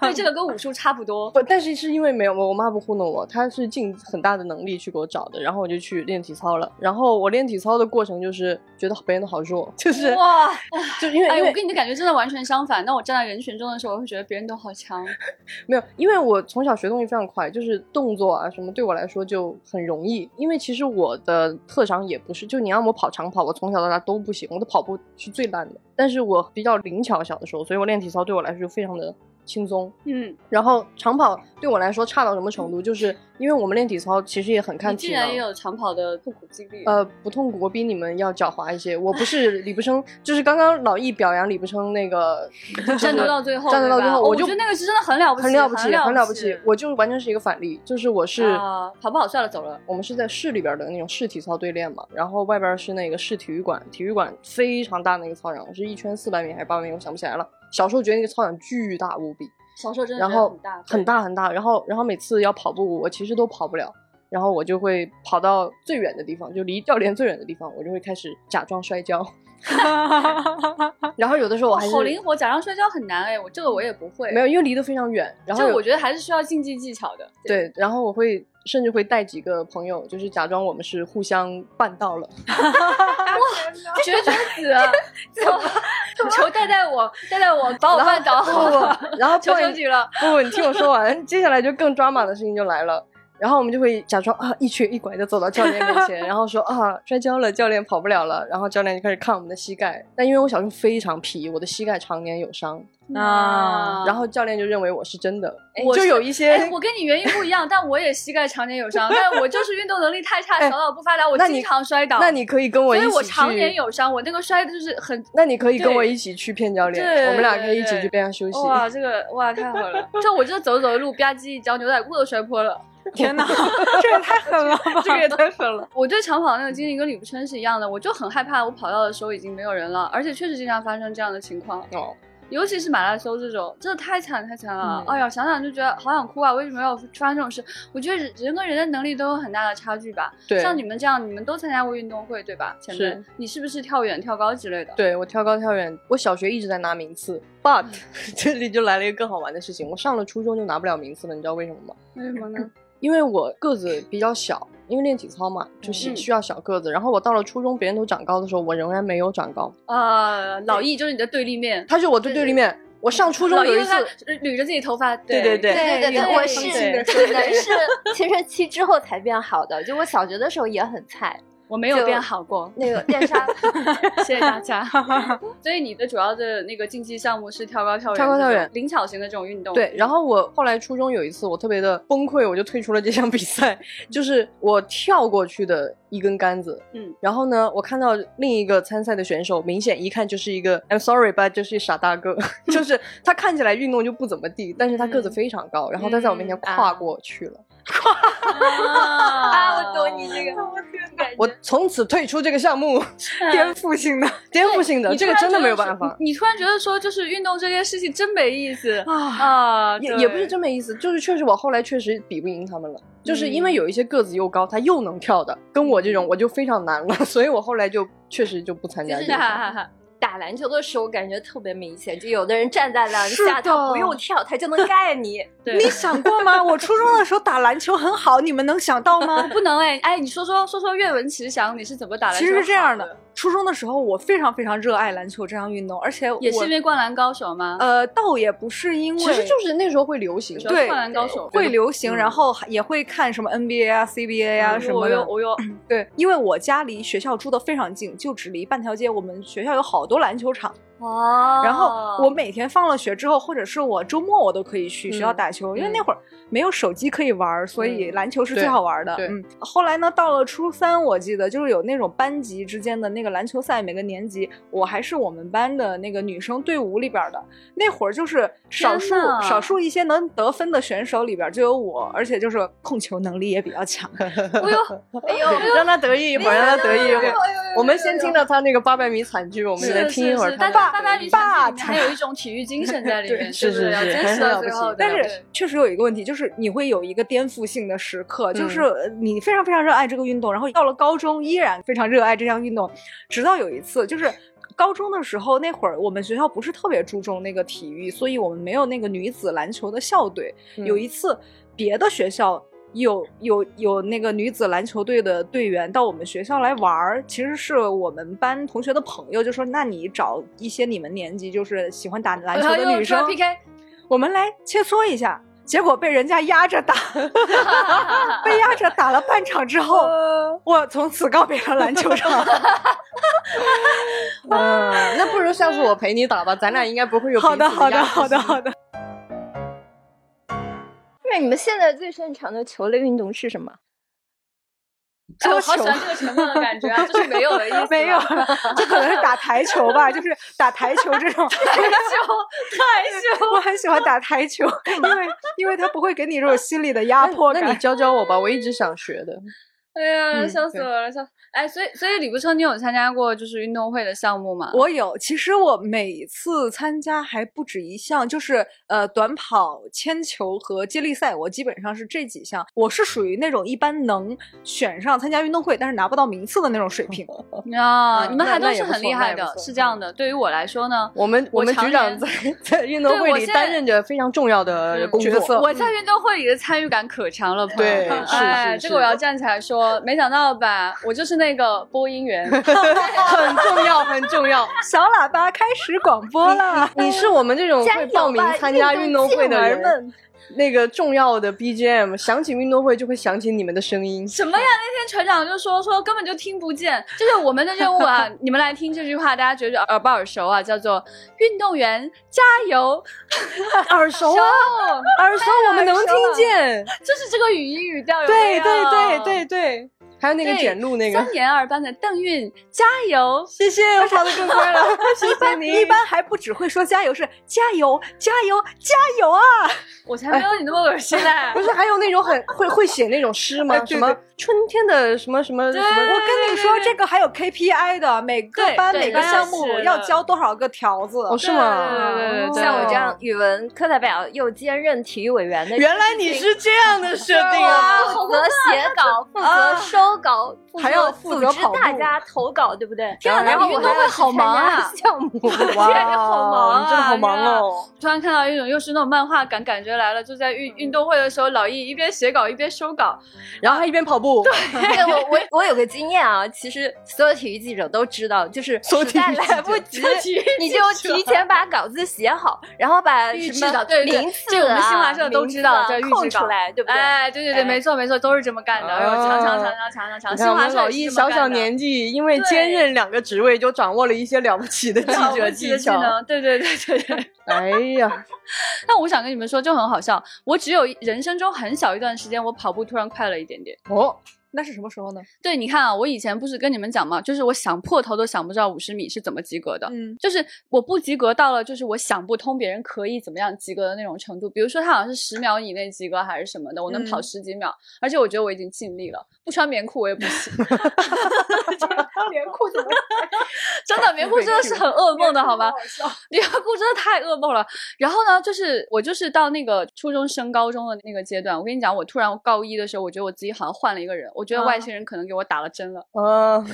Speaker 2: 对这个跟武术差不多。
Speaker 4: 不，但是是因为没有我妈不糊弄我，她是尽很大的能力去给我找的，然后我就去练体操了。然后我练体操的过程就是觉得别人都好弱，就是
Speaker 2: 哇，
Speaker 4: 就因为
Speaker 2: 哎，
Speaker 4: 因为
Speaker 2: 我跟你的感觉真的完全相反。那我站在人群中的时候，我会觉得别人都好强。
Speaker 4: 没有，因为我从小学东西非常快，就是动作啊什么对我来说就很容易。因为其实我的特长也不是，就你让我跑长跑，我从小到大都不行，我的跑步是最烂的。但是我比较灵巧，小的时候，所以我练体操对我来说就非常的轻松。
Speaker 2: 嗯，
Speaker 4: 然后长跑对我来说差到什么程度，就是因为我们练体操其实也很看
Speaker 2: 你
Speaker 4: 体
Speaker 2: 竟然也
Speaker 4: 能。
Speaker 2: 有长跑的痛苦经历。
Speaker 4: 呃，不痛苦，我比你们要狡猾一些。我不是李不生，就是刚刚老易表扬李不生那个
Speaker 2: 战斗到最后，
Speaker 4: 战斗到
Speaker 2: 对吧
Speaker 4: 最后，
Speaker 2: 哦我
Speaker 4: 就
Speaker 2: 觉得那个是真的很了不起
Speaker 4: 很了不起，
Speaker 2: 很了
Speaker 4: 很了
Speaker 2: 不
Speaker 4: 不
Speaker 2: 起
Speaker 4: 起。我就是完全是一个反例，就是我是
Speaker 2: 啊，跑不好算了，走了。
Speaker 4: 我们是在市里边的那种市体操队练嘛，然后外边是那个市体育馆，体育馆非常大那个操场，是一圈四百米还是八百米，我想不起来了。小时候觉得那个操场巨大无比，
Speaker 2: 小时候真的
Speaker 4: 然
Speaker 2: 觉得
Speaker 4: 后
Speaker 2: 很大
Speaker 4: 很，大很大，然后然后每次要跑步，我其实都跑不了，然后我就会跑到最远的地方，就离教练最远的地方，我就会开始假装摔 跤，然后有的时 候我还
Speaker 2: 对啊
Speaker 4: 是
Speaker 2: 哦好灵活。假装摔跤很难哎，我这个我也不会。
Speaker 4: 没有，因为离得非常远，然后
Speaker 2: 就
Speaker 4: 有
Speaker 2: 我觉得还是需要竞技技巧的。
Speaker 4: 对，然后我会甚至会带几个朋友，就是假装我们是互相绊到了。
Speaker 2: 绝绝子， 怎么？求带带我，带带我，把我绊倒，
Speaker 4: 不，然后
Speaker 2: 求
Speaker 4: 不
Speaker 2: 求
Speaker 4: 然
Speaker 2: 你了。
Speaker 4: 不，你听我说完，接下来就更抓马的事情就来了。然后我们就会假装啊一瘸一拐的走到教练面前，然后说啊摔跤了，教练跑不了了，然后教练就开始看我们的膝盖。但因为我小时候非常皮，我的膝盖常年有伤，
Speaker 3: 啊，
Speaker 4: 嗯然后教练就认为我是真的，
Speaker 2: 我
Speaker 4: 就是有一些。
Speaker 2: 哎，我跟你原因不一样，但我也膝盖常年有伤，但我就是运动能力太差，
Speaker 4: 哎
Speaker 2: 小脑不发达，我
Speaker 4: 那
Speaker 2: 经
Speaker 4: 你
Speaker 2: 常摔倒。
Speaker 4: 那你可以跟我
Speaker 2: 所
Speaker 4: 一起
Speaker 2: 以
Speaker 4: 去。
Speaker 2: 我常年有伤，我那个摔的就是很。
Speaker 4: 那你可以跟
Speaker 2: 对
Speaker 4: 我一起去骗教练，
Speaker 2: 对
Speaker 4: 我们俩可
Speaker 2: 对
Speaker 4: 以一起
Speaker 2: 对
Speaker 4: 去边上休息。
Speaker 2: 哇，这个哇太好 了！这我这走着走着路，吧唧一跤，牛仔裤都摔破了。
Speaker 3: 天哪，这也太狠了吧！
Speaker 2: 这个也太狠了。我对长跑那个经历跟李不琛是一样的，我就很害怕我跑到的时候已经没有人了，而且确实经常发生这样的情况，
Speaker 4: 哦，
Speaker 2: 尤其是马拉松这种，真的太惨太惨了。
Speaker 4: 嗯
Speaker 2: 哎呀，想想就觉得好想哭啊！为什么要发生这种事？我觉得人跟人的能力都有很大的差距吧。
Speaker 4: 对
Speaker 2: 像你们这样，你们都参加过运动会对吧？前辈
Speaker 4: 是，
Speaker 2: 你是不是跳远、跳高之类的？
Speaker 4: 对我跳高跳远，我小学一直在拿名次，but 这里就来了一个更好玩的事情，我上了初中就拿不了名次了，你知道为什么吗？
Speaker 2: 为什么 呢？
Speaker 4: 因为我个子比较小，因为练体操嘛，就是
Speaker 2: 嗯
Speaker 4: 需要小个子。然后我到了初中，别人都长高的时候，我仍然没有长高，
Speaker 2: 呃，老易就是你的对立面。
Speaker 4: 他是我对对立面。我上初中
Speaker 2: 老易
Speaker 4: 有一
Speaker 2: 就
Speaker 4: 次
Speaker 2: 是，他呃捋着自己头发，
Speaker 4: 对
Speaker 2: 对
Speaker 5: 对
Speaker 4: 对
Speaker 5: 对
Speaker 3: 对
Speaker 5: 对，我
Speaker 2: 对
Speaker 5: 是
Speaker 2: 对
Speaker 5: 只能是青春期之后才变好的，就我小学的时候也很菜，
Speaker 2: 我没有
Speaker 5: 就
Speaker 2: 变好 过。
Speaker 5: 那个电商
Speaker 2: 谢谢大家。 所以你的主要的那个竞技项目是跳高、跳远、
Speaker 4: 跳高跳远
Speaker 2: 这种灵巧型的这种运动。
Speaker 4: 对，然后我后来初中有一次，我特别的崩溃，我就退出了这项比赛。 就是我跳过去的一根杆子，
Speaker 2: 嗯，
Speaker 4: 然后呢，我看到另一个参赛的选手，明显一看就是一个 I'm sorry but 就是一傻 大个，就是他看起来运动就不怎么地，但是他
Speaker 2: 嗯
Speaker 4: 个子非常高，然后他在我面前跨过去了，
Speaker 2: 啊，
Speaker 5: 我懂你这个。
Speaker 4: 我从此退出这个项目，
Speaker 3: 颠覆性的
Speaker 4: 颠覆性的，
Speaker 2: 啊你
Speaker 4: 这
Speaker 2: 突
Speaker 4: 个
Speaker 2: 然
Speaker 4: 真
Speaker 2: 觉
Speaker 4: 的
Speaker 2: 得
Speaker 4: 没有
Speaker 2: 说
Speaker 4: 办法。
Speaker 2: 你你突然觉得说，就是运动这件事情真没意思
Speaker 3: 啊！
Speaker 2: 啊，
Speaker 4: 也
Speaker 2: 对
Speaker 4: 也不是真没意思，就是确实我后来确实比不赢他们了，就是因
Speaker 2: 嗯
Speaker 4: 为有一些个子又高，他又能跳的，跟我这种我就非常难了，所以我后来就确实就不参加这个
Speaker 2: 哈哈
Speaker 4: 项目。
Speaker 2: 哈哈。
Speaker 5: 打篮球的时候感觉特别明显，就有的人站在篮
Speaker 3: 是的
Speaker 5: 下，他不用跳，他就能盖你。
Speaker 2: 对
Speaker 3: 你 想过吗？我初中的时候打篮球很好，你们能想到吗？
Speaker 2: 不能哎哎，你说说说说岳文琪翔，你是怎么打篮球
Speaker 3: 其实是这样
Speaker 2: 好
Speaker 3: 的
Speaker 2: 的，，
Speaker 3: 初中的时候我非常非常热爱篮球这项运动，而且
Speaker 2: 也是
Speaker 3: 我
Speaker 2: 因为灌篮高手吗？
Speaker 3: 呃，倒也不是因为
Speaker 4: 其实就是那时候会流行，
Speaker 2: 主要是
Speaker 3: 对
Speaker 2: 灌篮高手
Speaker 3: 会流行，
Speaker 4: 嗯
Speaker 3: 然后也会看什么 NBA 啊、CBA 啊什
Speaker 2: 嗯
Speaker 3: 么
Speaker 2: 我
Speaker 3: 的
Speaker 2: 有。我有，
Speaker 3: 对，因为我家离学校住的非常近，就只离半条街。我们学校有好多篮球场，
Speaker 2: 哦
Speaker 3: 然后我每天放了学之后，或者是我周末我都可以去学校
Speaker 4: 嗯
Speaker 3: 打球，因为
Speaker 4: 嗯
Speaker 3: 那会儿没有手机可以玩儿，所以
Speaker 4: 嗯
Speaker 3: 篮球是
Speaker 4: 对
Speaker 3: 最好玩儿的。
Speaker 4: 对
Speaker 3: 嗯，后来呢，到了初三，我记得就是有那种班级之间的那个篮球赛，每个年级我还是我们班的那个女生队伍里边儿的。那会儿就是少数
Speaker 2: 天呐
Speaker 3: 少数一些能得分的选手里边儿就有我，而且就是控球能力也比较强。
Speaker 2: 哎呦，
Speaker 5: 哎呦，
Speaker 4: 让他得 意一会儿，让他得意一会儿。我们先听到他那个八百米惨剧，我们
Speaker 2: 是
Speaker 4: 再
Speaker 2: 是
Speaker 4: 听一会儿
Speaker 2: 是，
Speaker 4: 他
Speaker 2: 但
Speaker 4: 的。
Speaker 2: 是八百米
Speaker 3: 爸
Speaker 2: 里面还有一种体育精神 在里面，
Speaker 4: 是
Speaker 2: 不是
Speaker 4: 是
Speaker 2: 要
Speaker 4: 是
Speaker 2: 坚持
Speaker 4: 很
Speaker 2: 到
Speaker 4: 了
Speaker 2: 最
Speaker 4: 不
Speaker 2: 后
Speaker 4: 起
Speaker 2: 的。
Speaker 3: 但
Speaker 2: 对
Speaker 3: 是确实有一个问题，就是你会有一个颠覆性的时刻，就
Speaker 4: 嗯
Speaker 3: 是呃你非常非常热爱这个运动，然后到了高中依然非常热爱这项运动，直到有一次就是。高中的时候，那会儿我们学校不是特别注重那个体育，所以我们没有那个女子篮球的校队。
Speaker 4: 嗯
Speaker 3: 有一次，别的学校有有有那个女子篮球队的队员到我们学校来玩儿，其实是我们班同学的朋友就说：“那你找一些你们年级就是喜欢打篮球
Speaker 2: 然后
Speaker 3: 的
Speaker 2: 又
Speaker 3: 女
Speaker 2: 出来
Speaker 3: 生
Speaker 2: PK，
Speaker 3: 我们来切磋一下。结果被人家压 着打，被压着打了半场之后，
Speaker 2: 呃
Speaker 3: 我从此告别了篮球 场。
Speaker 4: 嗯，那不如下次我陪你打吧，咱俩应该不会有
Speaker 3: 好的，
Speaker 4: 彼此
Speaker 3: 好的，
Speaker 4: 压
Speaker 3: 好的，好的。
Speaker 5: 那你们现在最擅长的球类运动是什么？
Speaker 2: 哎我好喜欢这个沉默的感觉 啊，就是没有的意思，
Speaker 3: 没有，这可能是打台球 吧，就是打台球这种。
Speaker 2: 羞，
Speaker 3: 我很喜欢打台球，因为因为他不会给你这种心理的压迫
Speaker 4: 那你
Speaker 3: 感。
Speaker 4: 教教我吧，我一直想学的。
Speaker 2: 哎呀，
Speaker 4: 嗯
Speaker 2: 笑死我了，笑死！哎，所以所以李不称，你有参加过就是运动会的项目吗？
Speaker 3: 我有，其实我每次参加还不止一项，就是呃短跑、铅球和接力赛，我基本上是这几项。我是属于那种一般能选上参加运动会，但是拿不到名次的那种水 平。
Speaker 2: 啊，
Speaker 4: 嗯
Speaker 2: 你们
Speaker 4: 那
Speaker 2: 还都
Speaker 4: 那也
Speaker 2: 是
Speaker 4: 不
Speaker 2: 很
Speaker 4: 错
Speaker 2: 厉
Speaker 4: 那
Speaker 2: 害
Speaker 4: 也不
Speaker 2: 的，
Speaker 4: 错嗯
Speaker 2: 是这样的。对于我来说呢，
Speaker 4: 我们
Speaker 2: 我
Speaker 4: 我们
Speaker 2: 常
Speaker 4: 局长
Speaker 2: 年
Speaker 4: 在 在运动
Speaker 2: 对我
Speaker 4: 会里
Speaker 2: 现
Speaker 4: 担
Speaker 2: 在
Speaker 4: 任着非常重要的
Speaker 2: 嗯
Speaker 4: 呃工
Speaker 3: 角
Speaker 4: 作。
Speaker 3: 色
Speaker 2: 我在运动会里的参与感可强了，朋友
Speaker 4: 对
Speaker 2: 们
Speaker 4: 是
Speaker 2: 哎，
Speaker 4: 是
Speaker 2: 这
Speaker 4: 是
Speaker 2: 个我要站起来说，没想到吧，我就是那个播音员，
Speaker 4: 很重要，很重 要。
Speaker 3: 小喇叭开始广播了。
Speaker 4: 你是我们这种会报名参加运动会的人，那个重要的 BGM，想起运动会就会想起你们的声音。
Speaker 2: 什么呀？那天船长就说说根本就听不见，就是我们的任务啊！ 你们来听这句话，大家觉得耳不耳熟啊？叫做运动员加油，
Speaker 4: 耳熟啊，
Speaker 2: 哦，
Speaker 4: 耳熟，我们能听见。
Speaker 2: 就是这个语音语调有没
Speaker 4: 对
Speaker 2: 有
Speaker 4: 对对对对，还有那个
Speaker 2: 对啊
Speaker 4: 卷路那个
Speaker 2: 三，年二班的邓韵加油，
Speaker 4: 谢谢，我跑得更快了，谢谢你。
Speaker 3: 一般还不只会说加油，是加油加油加油啊！
Speaker 2: 我才没有你那么恶心嘞！
Speaker 4: 不是还有那种很会会写那种诗吗？
Speaker 3: 哎对
Speaker 4: 什么
Speaker 3: 对
Speaker 4: 春天的什么什么什
Speaker 2: 对
Speaker 4: 么？
Speaker 3: 我跟你说，这个还有 KPI 的，每个
Speaker 2: 对
Speaker 3: 班
Speaker 2: 对
Speaker 3: 每个项目
Speaker 2: 是的
Speaker 3: 要交多少个条子。
Speaker 4: 哦是吗？
Speaker 2: 对对对对对
Speaker 5: 呃像我这样语文课代表又兼任体育委员的，
Speaker 4: 原来你是这样的设定啊！
Speaker 5: 负责写稿，负责收稿，负责
Speaker 4: 还要负责
Speaker 5: 组织
Speaker 4: 跑步
Speaker 5: 大家投稿，对不对？
Speaker 2: 天啊
Speaker 5: 然后
Speaker 2: 你
Speaker 5: 我
Speaker 2: 运动
Speaker 5: 还
Speaker 2: 会
Speaker 5: 要去
Speaker 2: 好忙
Speaker 5: 参加
Speaker 2: 啊
Speaker 5: 项目，
Speaker 4: 哇，
Speaker 2: 你好忙啊
Speaker 4: 你真的好忙哦！
Speaker 2: 突然看到一种又是那种漫画感感觉来了，就在运运动会的时候，老易一边写稿一边收稿，
Speaker 4: 然后还一边跑 步，
Speaker 5: 对我我我有个经验啊，其实所有体育记者都知道，就是
Speaker 4: 所有
Speaker 5: 实在
Speaker 4: 体育记者
Speaker 5: 来不及
Speaker 2: 所有体育记者，
Speaker 5: 你就提前把稿子写好，然后把
Speaker 2: 预
Speaker 5: 什
Speaker 2: 制
Speaker 5: 么
Speaker 2: 的对对对
Speaker 5: 名次啊、
Speaker 2: 这个我们新华社都知道
Speaker 5: 名字啊
Speaker 2: 叫预制
Speaker 5: 空
Speaker 2: 稿
Speaker 5: 出来，对不对？
Speaker 2: 哎，对对对，
Speaker 5: 哎
Speaker 2: 没错没错，都是这么干的。然后
Speaker 4: 哦
Speaker 2: 强强强强强强强，
Speaker 4: 你
Speaker 2: 新
Speaker 4: 看我
Speaker 2: 华
Speaker 4: 们
Speaker 2: 社
Speaker 4: 老
Speaker 2: 也
Speaker 4: 易
Speaker 2: 是这么
Speaker 4: 小
Speaker 2: 干
Speaker 4: 小
Speaker 2: 的
Speaker 4: 年纪，因为
Speaker 2: 对
Speaker 4: 兼任两个职位，就掌握了一些了不起的
Speaker 2: 了
Speaker 4: 记
Speaker 2: 不
Speaker 4: 者
Speaker 2: 起的技
Speaker 4: 技巧。
Speaker 2: 能，对对对对对。
Speaker 4: 哎呀，
Speaker 2: 但我想跟你们说，就很好笑。我只有人生中很小一段时间，我跑步突然快了一点点。
Speaker 4: 哦，
Speaker 3: 那是什么时候呢？
Speaker 2: 对，你看啊，我以前不是跟你们讲嘛，就是我想破头都想不知道五十米是怎么及格的，
Speaker 3: 嗯，
Speaker 2: 就是我不及格到了，就是我想不通别人可以怎么样及格的那种程度。比如说他好像是十秒以内及格还是什么的，我能跑
Speaker 3: 嗯
Speaker 2: 十几秒，而且我觉得我已经尽力了，不穿棉裤我也不 行。棉裤怎么？ 真的棉裤真的是很噩梦的，好吧？ 棉裤真的太噩梦了。然后呢，就是我就是到那个初中升高中的那个阶段，我跟你讲，我突然高一的时候，我觉得我自己好像换了一个人，我觉得外星人可能给我打了针了，
Speaker 4: 嗯，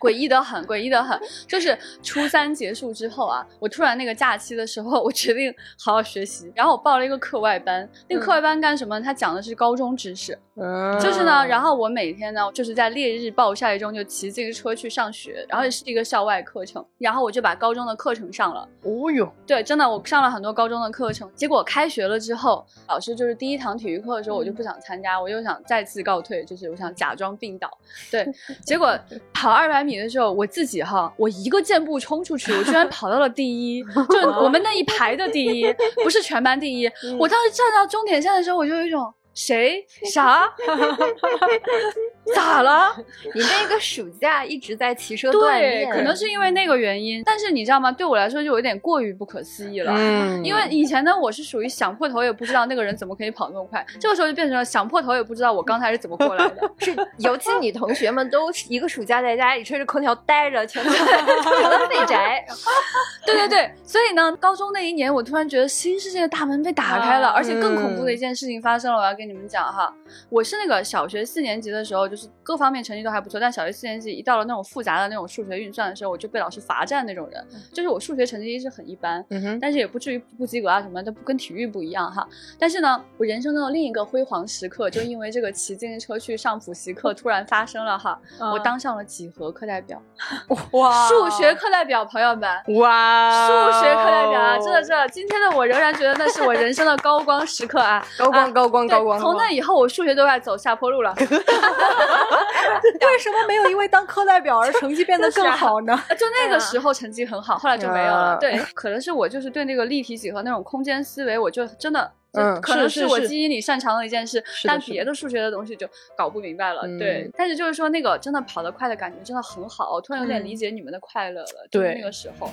Speaker 2: 诡异的很，诡异的很。就是初三结束之后啊，我突然那个假期的时候，我决定好好学习，然后我报了一个课外班。那个课外班干什么？它讲的是高中知识，
Speaker 4: 嗯
Speaker 2: 就是呢，然后我每天呢，就是在烈日暴晒中就骑自行车去上学，然后也是一个校外课程，然后我就把高中的课程上了。
Speaker 4: 哦哟，
Speaker 2: 对，真的，我上了很多高中的课程，结果开学了之后，老师就是第一堂体育课的时候，我就不想参加，我就想再次告退，就是我想假装病倒。对，结果跑二百米的时候，我自己哈，我一个箭步冲出去，我居然跑到了第一，就是我们那一排的第一，不是全班第一。我当时站到终点线的时候，我就有一种谁啥咋了？
Speaker 5: 你那个暑假一直在骑车锻
Speaker 2: 对，
Speaker 5: 炼，
Speaker 2: 可能是因为那个原因。但是你知道吗？对我来说就有点过于不可思议了。
Speaker 4: 嗯
Speaker 2: 因为以前呢，我是属于想破头也不知道那个人怎么可以跑那么快，这个时候就变成了想破头也不知道我刚才是怎么过来 的。
Speaker 5: 是，尤其
Speaker 2: 嗯
Speaker 5: 你同学们都是一个暑假在家里吹着空调待着，全都 成了废 宅。
Speaker 2: 对对对，所以呢，高中那一年，我突然觉得新世界的大门被打开了，
Speaker 4: 啊
Speaker 2: 而且更恐怖的一件事情发生了，我要跟你们讲哈。我是那个小学四年级的时候，就是各方面成绩都还不错，但小学四年级一到了那种复杂的那种数学运算的时候，我就被老师罚站那种人，就是我数学成绩一直很一般，
Speaker 4: 嗯哼，
Speaker 2: 但是也不至于不及格啊什么的，都不跟体育不一样哈。但是呢，我人生中的另一个辉煌时刻，就因为这个骑自行车去上补习课突然发生了哈，
Speaker 3: 嗯
Speaker 2: 我当上了几何课代表，
Speaker 3: 哇，
Speaker 2: 数学课代表，朋友们。
Speaker 4: 哇，哦
Speaker 2: 数学课代表啊，真的真的，今天的我仍然觉得那是我人生的高光时刻啊！
Speaker 4: 高光高光
Speaker 2: 对
Speaker 4: 高光，
Speaker 2: 从那以后我数学都要走下坡路了。
Speaker 3: 为什么没有因为当课代表而成绩变得更好呢？
Speaker 2: 就那个时候成绩很好，后来就没有了。
Speaker 4: 啊
Speaker 2: 对， 可能是我就是对那个立体几何那种空间思维，我就真的。就
Speaker 4: 嗯
Speaker 2: 可能是
Speaker 4: 是是
Speaker 2: 我
Speaker 4: 是
Speaker 2: 基因里擅长的一件事，
Speaker 4: 是的
Speaker 2: 但
Speaker 4: 是的
Speaker 2: 别的数学的东西就搞不明白了。
Speaker 4: 嗯
Speaker 2: 对，但是就是说那个真的跑得快的感觉真的很好，我突然有点理解你们的快乐了。就是
Speaker 4: 对
Speaker 2: 那个时候，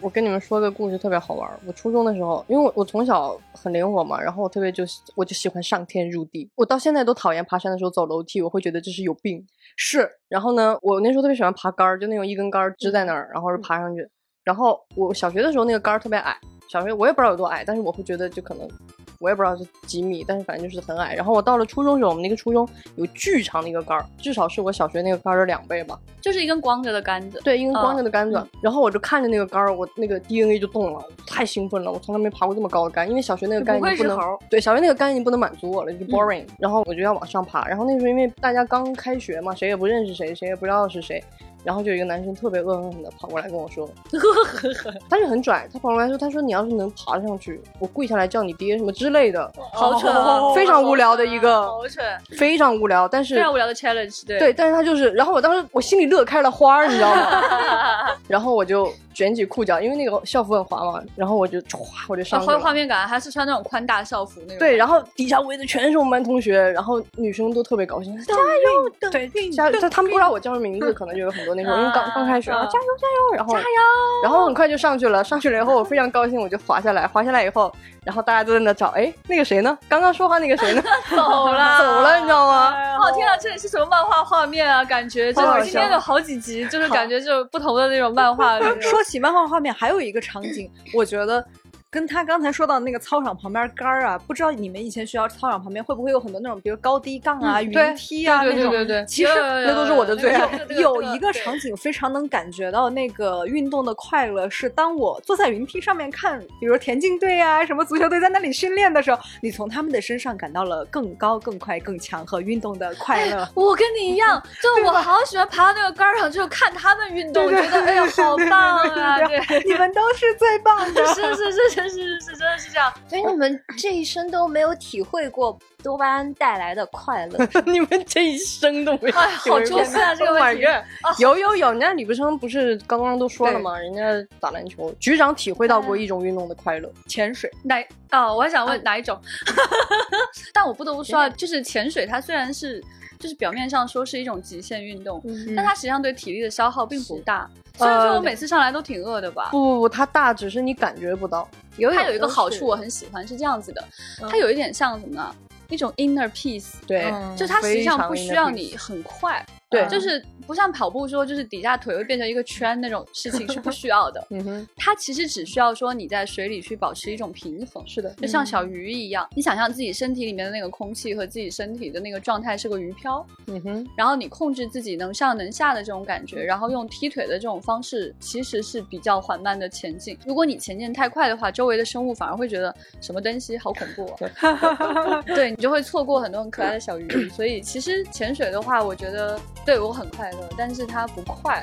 Speaker 4: 我跟你们说个故事，特别好玩儿。我初中的时候，因为我我从小很灵活嘛，然后我特别就喜我就喜欢上天入地。我到现在都讨厌爬山的时候走楼梯，我会觉得这是有病。是，然后呢，我那时候特别喜欢爬杆儿，就那种一根杆儿支在那儿，然后是爬上去。然后我小学的时候那个杆儿特别矮，小学我也不知道有多矮，但是我会觉得就可能我也不知道是几米，但是反正就是很矮。然后我到了初中时候，我们那个初中有巨长的一个杆儿，至少是我小学那个杆儿的两倍吧。
Speaker 2: 就是一根光着的杆子。
Speaker 4: 对，一根光着的杆子。
Speaker 2: 嗯
Speaker 4: 然后我就看着那个杆儿，我那个 DNA 就动了，我太兴奋了，我从来没爬过这么高的杆，因为小学那个杆已
Speaker 2: 不愧
Speaker 4: 经不
Speaker 2: 是
Speaker 4: 能
Speaker 2: 猴儿嗯
Speaker 4: 对小学那个杆已经不能满足我了，就 boring、然后我就要往上爬。然后那时候因为大家刚开学嘛，谁也不认识谁，谁也不知道是谁。然后就有一个男生特别恶狠狠的跑过来跟我 说，恶狠狠，但是很拽，他跑过来说，他说你要是能爬上去，我跪下来叫你爹什么之类的，
Speaker 2: 好蠢啊！
Speaker 4: 哦非常无聊的一个
Speaker 2: 好蠢，
Speaker 4: 非常无聊，但是
Speaker 2: 非常无聊的 challenge，对啊
Speaker 4: 对，但是他就是，然后我当时我心里乐开了花儿，你知 道吗？然后我就卷起裤脚，因为那个校服很滑嘛，然后我就歘，我就上
Speaker 2: 啊，
Speaker 4: 去
Speaker 2: 画
Speaker 4: 了。
Speaker 2: 画面感，还是穿那种宽大校服那种。
Speaker 4: 对，然后底下围的全是我们班同学，然后女生都特别高兴，加油，对，加油！但他们不知道我叫什么名字，可能就有很多那种，因为刚
Speaker 2: 啊
Speaker 4: 刚开学，
Speaker 2: 啊
Speaker 4: 啊加油加油，然后加油，然后很快就上去了，上去了以后我非常高兴，我就滑下来，滑下来以后，然后大家都在那找，哎，那个谁呢？刚刚说话那个谁呢？
Speaker 2: 走了，
Speaker 4: 走了，你知道吗？
Speaker 2: 哦天啊，这里是什么漫画画面啊？感觉就
Speaker 4: 好好
Speaker 2: 是
Speaker 4: 笑
Speaker 2: 今天有好几集，就是感觉就是不同的那种漫画那种。
Speaker 3: 说起漫画画面，还有一个场景，我觉得跟他刚才说到那个操场旁边杆儿啊，不知道你们以前学校操场旁边会不会有很多那种，比如高低杠啊、
Speaker 4: 对
Speaker 3: 云梯啊
Speaker 2: 对
Speaker 3: 那
Speaker 2: 对
Speaker 3: 种。
Speaker 2: 对对，
Speaker 3: 其实
Speaker 4: 那都是我的最爱
Speaker 3: 有一个场景非常能感觉到那个运动的快乐，是当我坐在云梯上面看，比如田径队啊、什么足球队在那里训练的时候，你从他们的身上感到了更高、更快、更强和运动的快乐。
Speaker 2: 我跟你一样，就是我好喜欢爬到那个杆儿上，就是看他们运动，我觉得哎呀好棒啊！对，
Speaker 3: 你们都是最棒的。
Speaker 2: 是是是是是是，真的是这样。
Speaker 5: 所以你们这一生都没有体会过多巴胺带来的快 乐，
Speaker 4: 你们这一生都没有
Speaker 2: 哎，好
Speaker 4: 体会
Speaker 2: 周
Speaker 4: 过
Speaker 2: 深啊这个
Speaker 4: Oh my
Speaker 2: 问题
Speaker 4: God 有有有，人家李不生不是刚刚都说了
Speaker 3: 对
Speaker 4: 吗？人家打篮球，局长体会到过一种运动的快
Speaker 2: 哎
Speaker 4: 乐，
Speaker 3: 潜水，
Speaker 2: 哪啊、我还想
Speaker 4: 嗯
Speaker 2: 问哪一种， 但我不得不说
Speaker 4: 哎
Speaker 2: 啊，就是潜水，它虽然是就是表面上说是一种极限运动，
Speaker 4: 嗯
Speaker 2: 但它实际上对体力的消耗并不大。虽然说我每次上来都挺饿的吧，
Speaker 4: 呃不不不，它大，只是你感觉不到。游泳
Speaker 2: 它有一个
Speaker 4: 都
Speaker 2: 好
Speaker 4: 是嗯
Speaker 2: 处我很喜欢，是这样子的，它有一点像什么呢？一种 inner peace，
Speaker 4: 对、
Speaker 3: 嗯
Speaker 2: 就它实际上不需要
Speaker 4: 非常 inner 嗯
Speaker 2: 你很快，
Speaker 4: 对
Speaker 2: 就是不像跑步说就是底下腿会变成一个圈那种事情是不需要的
Speaker 4: ，嗯哼，
Speaker 2: 它其实只需要说你在水里去保持一种平衡。
Speaker 4: 是的，
Speaker 2: 就像小鱼一样，你想象自己身体里面的那个空气和自己身体的那个状态是个鱼漂，
Speaker 4: 嗯哼，
Speaker 2: 然后你控制自己能上能下的这种感觉，然后用踢腿的这种方式，其实是比较缓慢的前进。如果你前进太快的话，周围的生物反而会觉得什么东西好恐怖、哦， 对你就会错过很多很可爱的小鱼。所以其实潜水的话，我觉得对我很快乐，但是它不快。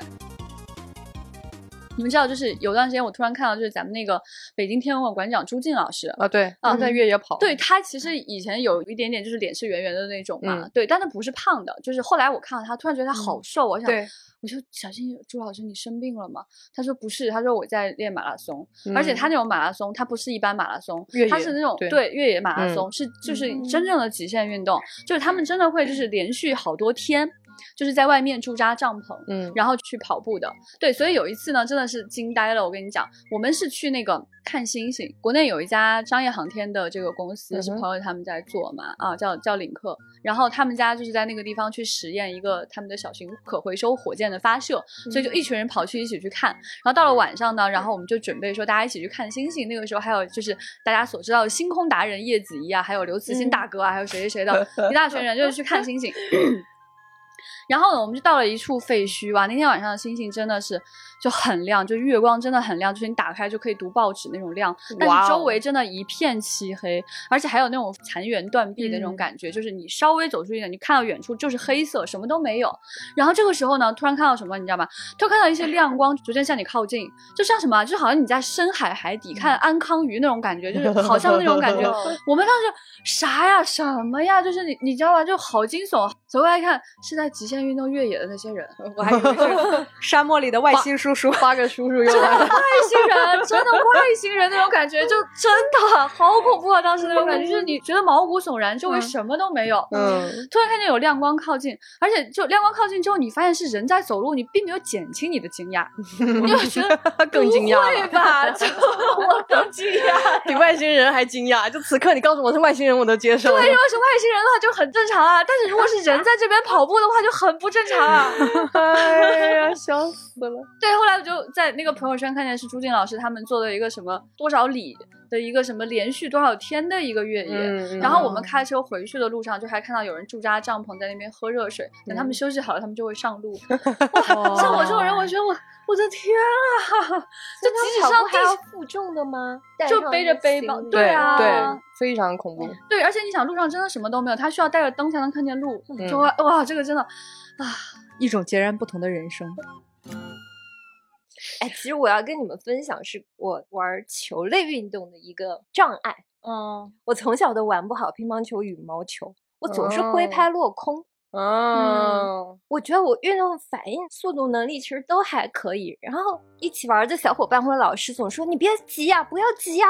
Speaker 2: 你们知道，就是有段时间我突然看到，就是咱们那个北京天文馆馆长朱静老师，
Speaker 4: 啊对，他在越野跑，
Speaker 2: 嗯对他其实以前有一点点就是脸是圆圆的那种嘛，
Speaker 4: 嗯
Speaker 2: 对，但他不是胖的，就是后来我看到他，突然觉得他好瘦，我想，
Speaker 4: 对
Speaker 2: 我就小新朱老师你生病了吗？他说不是，他说我在练马拉松，
Speaker 4: 嗯
Speaker 2: 而且他那种马拉松，他不是一般马拉松
Speaker 4: 越，
Speaker 2: 他
Speaker 4: 野
Speaker 2: 是那种
Speaker 4: 对嗯
Speaker 2: 越野马拉松，是就是真正的极限运动，就是他们真的会就是连续好多天，就是在外面驻扎帐篷，
Speaker 4: 嗯
Speaker 2: 然后去跑步的。对，所以有一次呢，真的是惊呆了。我跟你讲，我们是去那个看星星，国内有一家商业航天的这个公司是
Speaker 4: 嗯哼
Speaker 2: 朋友他们在做嘛，啊，叫叫领克。然后他们家就是在那个地方去实验一个他们的小型可回收火箭的发射，所
Speaker 4: 嗯
Speaker 2: 以就一群人跑去一起去看。然后到了晚上呢，然后我们就准备说大家一起去看星星。那个时候还有就是大家所知道的星空达人叶子怡啊，还有刘慈欣
Speaker 4: 嗯
Speaker 2: 大哥啊，还有谁谁谁的一大群人就是去看星 星。然后呢，我们就到了一处废墟哇，那天晚上的星星真的是就很亮，就月光真的很亮，就是你打开就可以读报纸那种亮，但
Speaker 4: 哇
Speaker 2: 是
Speaker 4: 哦
Speaker 2: 周围真的一片漆黑，而且还有那种残垣断壁的那
Speaker 4: 嗯
Speaker 2: 种感觉，就是你稍微走出一点，你看到远处就是黑色，什么都没有。然后这个时候呢，突然看到什么，你知道吗？突然看到一些亮光逐渐向你靠近，就像什么啊，就好像你在深海海底看安康鱼那种感觉，就是好像那种感觉。我们当时啥呀，什么呀，就是你你知道吧，就好惊悚。走过来看，是在极限运动越野的那些人，我还以为是
Speaker 3: 沙漠里的外星叔叔，
Speaker 4: 八个叔叔又来 了，
Speaker 2: 外星人，真的外星人那种感觉，就真的好恐怖啊！当时那种感觉，就是你觉得毛骨悚然，周围什么都没有。
Speaker 4: 嗯，
Speaker 2: 突然看见有亮光靠近，而且就亮光靠近之后，你发现是人在走路，你并没有减轻你的惊讶，你就觉 得
Speaker 4: 更惊讶
Speaker 2: 不会
Speaker 4: 了，
Speaker 2: 吧？ 就我更惊讶，
Speaker 4: 比外星人还惊讶。就此刻你告诉我是外星人，我都接受了。
Speaker 2: 对，如果是外星人的话就很正常啊，但是如果是人在这边跑步的话就很不正常啊。
Speaker 4: 哎呀，笑死了。
Speaker 2: 对，后来我就在那个朋友圈看见是朱静老师他们做的一个什么多少里的一个什么连续多少天的一个越野。
Speaker 4: 嗯，
Speaker 2: 然后我们开车回去的路上，就还看到有人驻扎帐篷在那边喝热水，等他们休息好了，他们就会上 路。哇，像我这种人，我觉得我我的天啊， 就即使
Speaker 5: 跑
Speaker 2: 上
Speaker 5: 步还要
Speaker 2: 地
Speaker 5: 负重的吗？
Speaker 2: 就
Speaker 5: 带上
Speaker 2: 背着
Speaker 5: 那个
Speaker 2: 背包
Speaker 5: 行李
Speaker 2: 对
Speaker 4: 对
Speaker 2: 啊嗯
Speaker 4: 对，非常恐怖。
Speaker 2: 对，而且你想路上真的什么都没有，他需要带着灯才能看见路，
Speaker 4: 嗯
Speaker 2: 就会哇，这个真的
Speaker 3: 一种截然不同的人生。
Speaker 6: 哎，其实我要跟你们分享，是我玩球类运动的一个障碍。
Speaker 3: 嗯，
Speaker 6: 我从小都玩不好乒乓球、羽毛球，我总是挥拍落空。
Speaker 4: 嗯，
Speaker 6: 我觉得我运动反应、速度能力其实都还可以。然后一起玩的小伙伴或者老师总说：“你别急呀、不要急呀、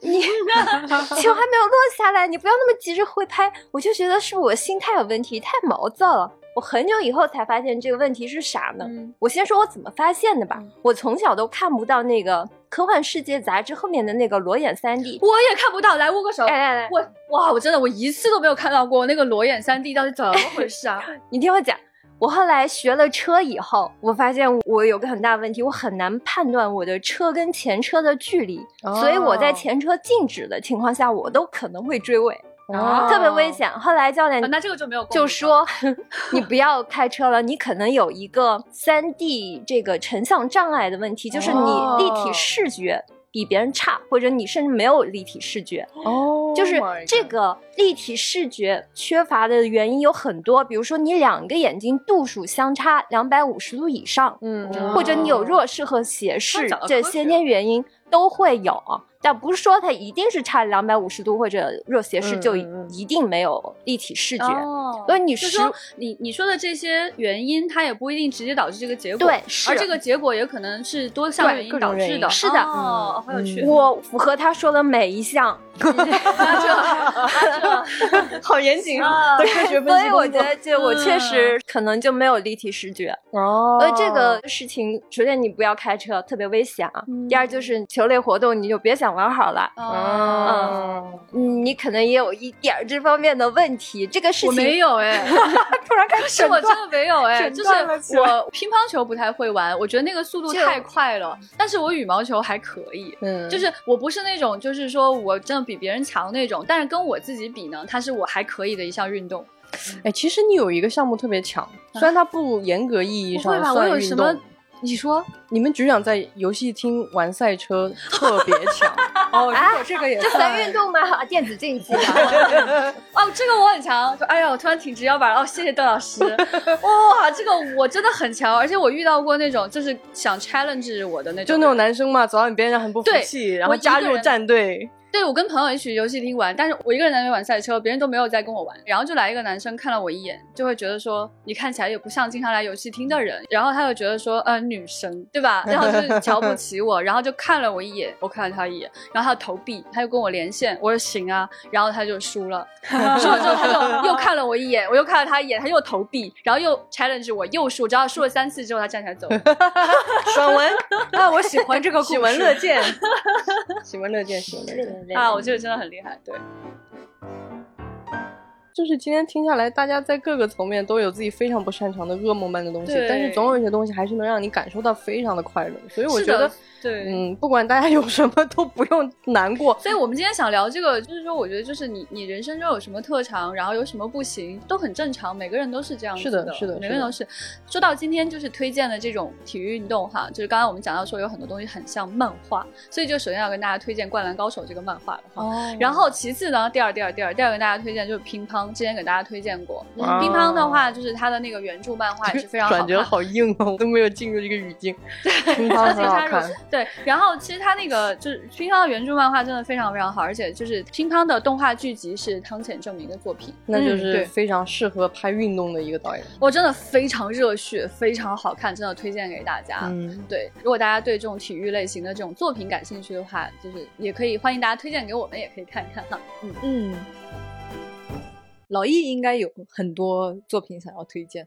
Speaker 6: 你球还没有落下来，你不要那么急着挥拍。”我就觉得是不是我心态有问题，太毛躁了。我很久以后才发现这个问题是啥呢？我先说我怎么发现的吧。
Speaker 2: 嗯
Speaker 6: 我从小都看不到那个《科幻世界》杂志后面的那个裸眼三 D。
Speaker 2: 我也看不到，来握个手。
Speaker 6: 哎哎哎，
Speaker 2: 我哇，我真的我一次都没有看到过那个裸眼三 D 到底怎么回事 啊？
Speaker 6: 你听我讲，我后来学了车以后，我发现我有个很大问题，我很难判断我的车跟前车的距离，所以我在
Speaker 4: 哦
Speaker 6: 前车静止的情况下，我都可能会追尾，
Speaker 4: 哦
Speaker 6: 特别危险。后来教练
Speaker 2: 啊那这个就没有共鸣
Speaker 6: 就
Speaker 2: 了
Speaker 6: 说你不要开车了，你可能有一个三 D 这个成像障碍的问题，就是你立体
Speaker 4: 哦
Speaker 6: 视觉比别人差，或者你甚至没有立体视觉。
Speaker 2: Oh
Speaker 4: 哦，
Speaker 6: 就是这个立体视觉缺乏的原因有很多，比如说你两个眼睛度数相差两百五十度以上，
Speaker 4: 嗯，
Speaker 6: 或者你有
Speaker 2: 哦
Speaker 6: 弱视和斜视
Speaker 2: 讲得
Speaker 6: 这
Speaker 2: 科
Speaker 6: 先
Speaker 2: 学
Speaker 6: 天原因都会有，但不是说它一定是差两百五十度或者弱斜视
Speaker 4: 嗯
Speaker 6: 就
Speaker 4: 嗯嗯
Speaker 6: 一定没有立体视觉。
Speaker 2: 哦
Speaker 6: 所以你
Speaker 2: 就是说你你说的这些原因，它也不一定直接导致这个结果，
Speaker 6: 对是
Speaker 2: 而这个结果也可能是多项
Speaker 4: 对
Speaker 2: 原因
Speaker 4: 各种
Speaker 2: 导
Speaker 4: 原
Speaker 2: 致
Speaker 4: 因
Speaker 2: 的，
Speaker 6: 是的嗯
Speaker 2: 哦，好有趣，
Speaker 6: 我符合他说的每一项，
Speaker 4: 好严谨的科学
Speaker 6: 所
Speaker 4: 分析
Speaker 6: 以我
Speaker 4: 工
Speaker 6: 觉
Speaker 4: 作。
Speaker 6: 得这我确实可能就没有立体视觉。
Speaker 4: 哦
Speaker 6: 呃，这个事情，首先你不要开车，特别危险啊。
Speaker 2: 嗯
Speaker 6: 第二就是嗯球类活动，你就别想玩好了。
Speaker 2: 哦，
Speaker 6: 嗯，你可能也有一点儿这方面的问题。这个事
Speaker 2: 我没
Speaker 6: 情，
Speaker 2: 有哎，
Speaker 3: 突然开
Speaker 2: 不
Speaker 3: 始
Speaker 2: 是
Speaker 3: 诊
Speaker 2: 我
Speaker 3: 断
Speaker 2: 真的没有哎，
Speaker 3: 诊
Speaker 2: 就是
Speaker 3: 断了起来
Speaker 2: 我乒乓球不太会玩，我觉得那个速度
Speaker 6: 就
Speaker 2: 太快了，但是我羽毛球还可以。
Speaker 4: 嗯，
Speaker 2: 就是我不是那种，就是说我真的比别人强那种，但是跟我自己比呢，它是我还可以的一项运动。
Speaker 4: 哎，其实你有一个项目特别强，虽然它不严格意义
Speaker 2: 不会
Speaker 4: 上
Speaker 2: 吧？我
Speaker 4: 算
Speaker 2: 有
Speaker 4: 运
Speaker 2: 什
Speaker 4: 动
Speaker 2: 么，？你说
Speaker 4: 你们局长在游戏厅玩赛车特别强，
Speaker 3: 哦，如果这个也
Speaker 6: 这
Speaker 3: 算
Speaker 6: 算运动吗？啊电子竞技吧。
Speaker 2: 哦，这个我很强。就哎呀，我突然挺直腰板了。哦，谢谢邓老 师。哇，这个我真的很强，而且我遇到过那种就是想 challenge 我的那种人，
Speaker 4: 就那种男生嘛，走到你边上很不服
Speaker 2: 对
Speaker 4: 气，然
Speaker 2: 我
Speaker 4: 后
Speaker 2: 一个
Speaker 4: 加入
Speaker 2: 人
Speaker 4: 战队，
Speaker 2: 对，我跟朋友一起游戏厅玩，但是我一个人在那边玩赛车，别人都没有在跟我玩。然后就来一个男生看了我一眼，就会觉得说你看起来也不像经常来游戏厅的人。然后他就觉得说，呃，女生对吧？然后就是瞧不起我，然后就看了我一眼，我看了他一眼，然后他投币，他就跟我连线，我说行啊，然后他就输了。 输了之后他就又看了我一眼，我又看了他一眼，他又投币，然后又 challenge 我，又输，只要输了三次之后，他站起来 走了。
Speaker 4: 爽文，
Speaker 3: 啊，我喜欢这个故事。
Speaker 4: 喜闻乐见，喜闻乐见，喜闻乐见。
Speaker 2: 啊，我这个真的很厉害，对。
Speaker 4: 就是今天听下来，大家在各个层面都有自己非常不擅长的噩梦般的东西
Speaker 2: 对，
Speaker 4: 但是总有一些东西还是能让你感受到非常的快乐。所以我
Speaker 2: 是
Speaker 4: 觉
Speaker 2: 的
Speaker 4: 得，
Speaker 2: 对
Speaker 4: 嗯，不管大家有什么都不用难过，
Speaker 2: 所以我们今天想聊这个，就是说，我觉得就是你你人生中有什么特长，然后有什么不行，都很正常，每个人都是这样子
Speaker 4: 是的
Speaker 2: 的，
Speaker 4: 是的
Speaker 2: 每个人都是。说到今天就是推荐的这种体育运动哈，就是刚才我们讲到说有很多东西很像漫画，所以就首先要跟大家推荐《灌篮高手》这个漫画了哈。
Speaker 4: 哦
Speaker 2: 然后其次呢，第二第二第二第二跟大家推荐就是乒乓，之前给大家推荐过。
Speaker 4: 哇
Speaker 2: 乒乓的话，就是它的那个原著漫画也是非常好看
Speaker 4: 转
Speaker 2: 的。
Speaker 4: 折好硬哦，我都没有进入这个语 境。乒乓嗯很好看，
Speaker 2: 对，然后其实他那个就是乒乓的原著漫画真的非常非常好，而且就是乒乓的动画剧集是汤浅证明的作品，
Speaker 4: 那就
Speaker 2: 嗯对
Speaker 4: 是非常适合拍运动的一个导演。
Speaker 2: 我真的非常热血，非常好看，真的推荐给大家。
Speaker 4: 嗯，
Speaker 2: 对，如果大家对这种体育类型的这种作品感兴趣的话，就是也可以欢迎大家推荐给我们，也可以看一看哈。
Speaker 3: 嗯，老易应该有很多作品想要推荐。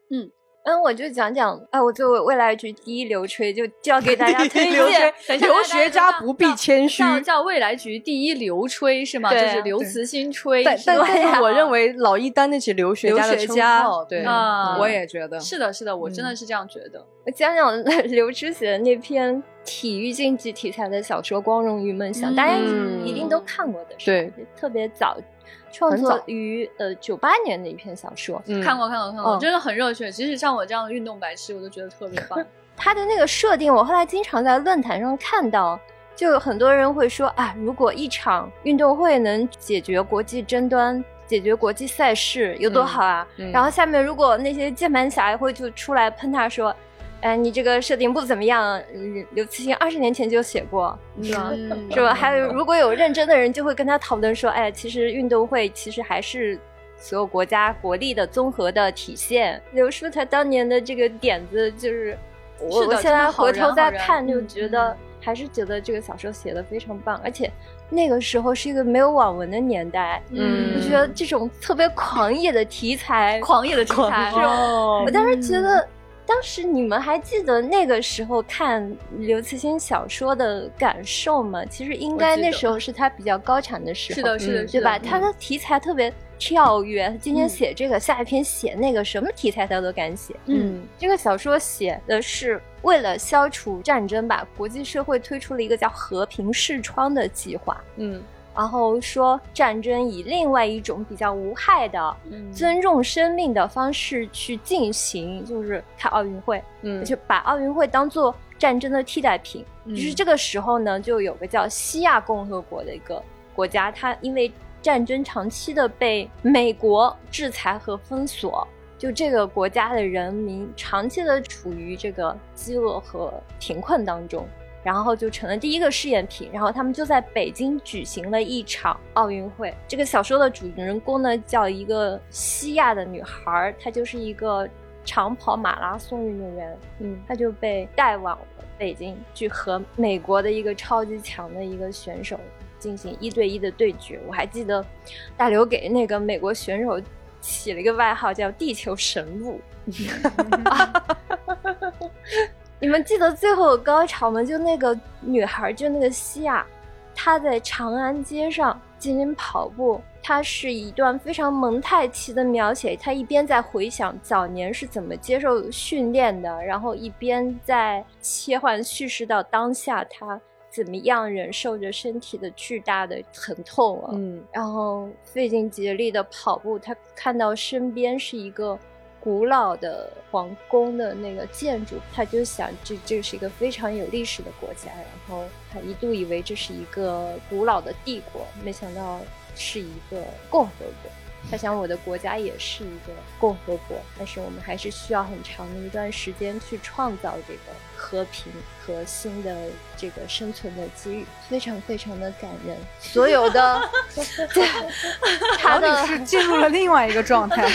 Speaker 6: 嗯，我就讲讲，哎，我作为未来局第一流吹，就就要给大家推
Speaker 4: 留
Speaker 6: 荐。
Speaker 2: 等一下
Speaker 4: 留学家不必谦虚。
Speaker 2: 叫叫未来局第一刘吹是吗？
Speaker 6: 对啊
Speaker 2: 就是刘慈欣吹，
Speaker 4: 但但
Speaker 2: 是吧
Speaker 4: 是我认为老一担得起留学家的
Speaker 3: 留学
Speaker 4: 称
Speaker 3: 家
Speaker 4: 号，对，
Speaker 2: 啊
Speaker 3: 我也觉得，
Speaker 2: 是的，是的，我
Speaker 4: 嗯
Speaker 2: 真的是这样觉得。
Speaker 6: 我讲讲 刘知写的那篇体育竞技题材的小说《光荣与梦想》，大家
Speaker 4: 嗯
Speaker 6: 一定都看过的，是吧，特别早，创
Speaker 4: 很
Speaker 6: 作
Speaker 4: 早
Speaker 6: 于呃九八年的一篇小说。
Speaker 4: 嗯
Speaker 2: 看过看过看过，
Speaker 6: 嗯
Speaker 2: 真的很热血。即使像我这样的运动白痴，我都觉得特别棒。
Speaker 6: 它的那个设定，我后来经常在论坛上看到，就有很多人会说啊，如果一场运动会能解决国际争端。解决国际赛事有多好啊！
Speaker 4: 嗯嗯
Speaker 6: 然后下面如果那些键盘侠会就出来喷他说：“哎，你这个设定不怎么样。嗯刘慈欣二十年前就写过，是吧？
Speaker 2: 嗯
Speaker 6: 是吧？还有，如果有认真的人，就会跟他讨论说，哎，其实运动会其实还是所有国家国力的综合的体现。刘书他当年的这个点子，就是
Speaker 2: 是
Speaker 6: 我
Speaker 2: 的
Speaker 6: 我现
Speaker 2: 真的
Speaker 6: 在
Speaker 2: 好
Speaker 6: 回
Speaker 2: 燃
Speaker 6: 头
Speaker 2: 好
Speaker 6: 再
Speaker 2: 燃
Speaker 6: 看，就
Speaker 2: 嗯
Speaker 6: 觉得还是觉得这个小说写的非常棒，而且那个时候是一个没有网文的年代，
Speaker 4: 嗯
Speaker 6: 我觉得这种特别狂野的题材，
Speaker 2: 狂野的题材，
Speaker 4: 哦
Speaker 6: 我当时觉得，当时你们还记得那个时候看刘慈欣小说的感受吗？其实应该
Speaker 2: 我记得
Speaker 6: 那时候是他比较高产的时候，
Speaker 2: 是的，是的，
Speaker 4: 嗯
Speaker 2: 是
Speaker 6: 对
Speaker 2: 的
Speaker 6: 吧？
Speaker 2: 嗯
Speaker 6: 他的题材特别跳跃，他今天写这个，下一篇写那个，什么题材他都敢写。
Speaker 4: 嗯，
Speaker 6: 这个小说写的是为了消除战争吧，国际社会推出了一个叫“和平视窗”的计划，
Speaker 4: 嗯
Speaker 6: 然后说战争以另外一种比较无害的、
Speaker 2: 嗯
Speaker 6: 尊重生命的方式去进行，就是开奥运会，
Speaker 4: 嗯，
Speaker 6: 就把奥运会当做战争的替代品。就是这个时候呢，就有个叫西亚共和国的一个国家，它因为战争长期的被美国制裁和封锁，就这个国家的人民长期的处于这个饥饿和贫困当中。然后就成了第一个试验品，然后他们就在北京举行了一场奥运会。这个小说的主人公呢，叫一个西亚的女孩儿，她就是一个长跑马拉松运动员，
Speaker 4: 嗯
Speaker 6: 她就被带往了北京去和美国的一个超级强的一个选手进行一对一的对决。我还记得大刘给那个美国选手起了一个外号叫“地球神物”。你们记得最后有高潮吗？就那个女孩，就那个西亚，她在长安街上进行跑步，她是一段非常蒙太奇的描写。她一边在回想早年是怎么接受训练的，然后一边在切换叙事到当下，她怎么样忍受着身体的巨大的疼痛啊，
Speaker 4: 嗯
Speaker 6: 然后费尽竭力的跑步，他看到身边是一个古老的皇宫的那个建筑，他就想这这是一个非常有历史的国家，然后他一度以为这是一个古老的帝国，没想到是一个共和国。他想，我的国家也是一个共和国，但是我们还是需要很长的一段时间去创造这个和平和新的这个生存的机遇，非常非常的感人。所有的他
Speaker 3: 然
Speaker 6: 的
Speaker 3: 后你是 进入了另外一个状 态，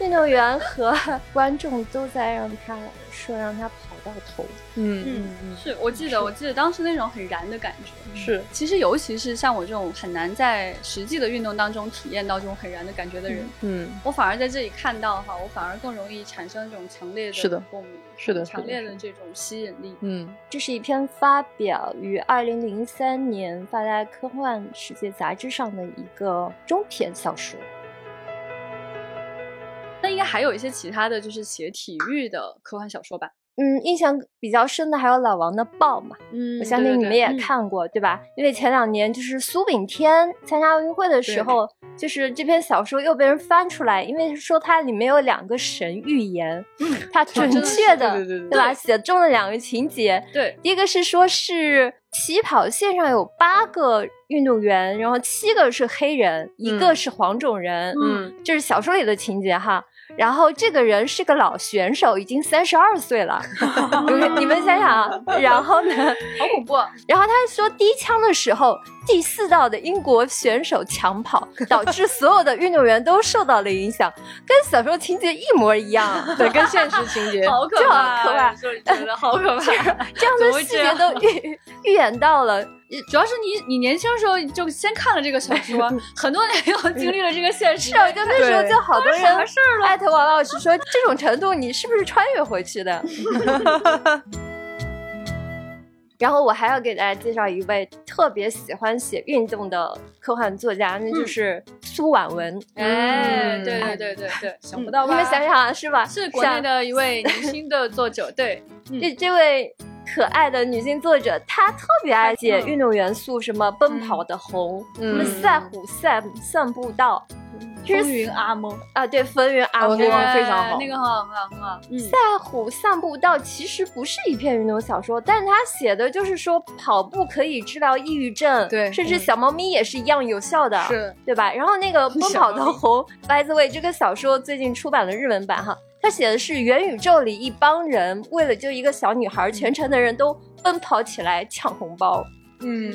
Speaker 6: 运动员和观众都在让他说让他跑到头，
Speaker 4: 嗯
Speaker 2: 嗯，是我记得，我记得当时那种很燃的感觉。
Speaker 4: 是
Speaker 2: 其实，尤其是像我这种很难在实际的运动当中体验到这种很燃的感觉的人，
Speaker 4: 嗯
Speaker 2: 我反而在这里看到哈，我反而更容易产生这种强烈
Speaker 4: 是的
Speaker 2: 共鸣，
Speaker 4: 是的
Speaker 2: 强
Speaker 4: 是的
Speaker 2: 烈
Speaker 4: 是
Speaker 2: 的这种吸引力。
Speaker 4: 嗯
Speaker 6: 这是一篇发表于二零零三年发在《科幻世界》杂志上的一个中篇小说。
Speaker 2: 那应该还有一些其他的就是写体育的科幻小说吧？
Speaker 6: 嗯，印象比较深的还有老王的《豹》嘛，
Speaker 2: 嗯
Speaker 6: 我相信你们也
Speaker 2: 看。
Speaker 6: 看过，对吧？因为前两年就是苏炳添参加奥运会的时候，就是这篇小说又被人翻出来，因为说它里面有两个神预言，它准
Speaker 2: 真的是
Speaker 6: 确的，
Speaker 4: 对对对对
Speaker 6: 吧？写中了两个情节，
Speaker 2: 对，
Speaker 6: 第一个是说是起跑线上有八个运动员，然后七个是黑人，一个是黄种人，
Speaker 4: 嗯，
Speaker 6: 这是小说里的情节哈。然后这个人是个老选手，已经三十二岁了，你们你们想想啊。然后呢，
Speaker 2: 好恐怖啊！
Speaker 6: 然后他说第一枪的时候，第四道的英国选手抢 跑，导致所有的运动员都受到了影响，跟小说情节一模一样。
Speaker 4: 对，跟现实情节
Speaker 2: 好可
Speaker 6: 这好
Speaker 2: 怕，
Speaker 6: 可怕
Speaker 2: 你说你觉得好可怕。啊
Speaker 6: 这样
Speaker 2: 怎么
Speaker 6: 的
Speaker 2: 会
Speaker 6: 细
Speaker 2: 这
Speaker 6: 节
Speaker 2: 样
Speaker 6: 都预 预演到了，
Speaker 2: 主要是你，你年轻的时候就先看了这个小说，很多年又经历了这个现实
Speaker 6: 是，。我就那时候
Speaker 4: 对
Speaker 6: 就好多人
Speaker 2: 发生什么事
Speaker 6: 艾特王老师说，这种程度你是不是穿越回去 的？然后我还要给大家介绍一位特别喜欢写运动的科幻作家，那就是苏婉文。
Speaker 2: 哎，
Speaker 4: 嗯
Speaker 2: 对对对对对，想不到吧？
Speaker 6: 你们想想啊是吧？
Speaker 2: 是国内
Speaker 6: 像
Speaker 2: 的一位年轻的作者，对，
Speaker 6: 这这位可爱的女性作者，她特别爱写运动元素，什么奔跑的红，什么
Speaker 4: 嗯
Speaker 6: 赛虎散散步道，这是
Speaker 2: 云阿蒙，
Speaker 6: 啊，对，风云阿
Speaker 4: 哦
Speaker 6: 嬷
Speaker 4: 那个非常好
Speaker 2: 那个很好，很好，很好。嗯，
Speaker 6: 在虎散步道其实不是一篇运动小说，但是他写的就是说跑步可以治疗抑郁症，
Speaker 4: 对
Speaker 6: 甚至小猫咪也是一样有效的，
Speaker 4: 是
Speaker 6: 对吧？然后那个奔跑的红，by the way，这个小说最近出版了日文版哈，
Speaker 5: 他写的是元宇宙里一帮人为了就一个小女孩，全城的人都奔跑起来抢红包。
Speaker 3: 嗯，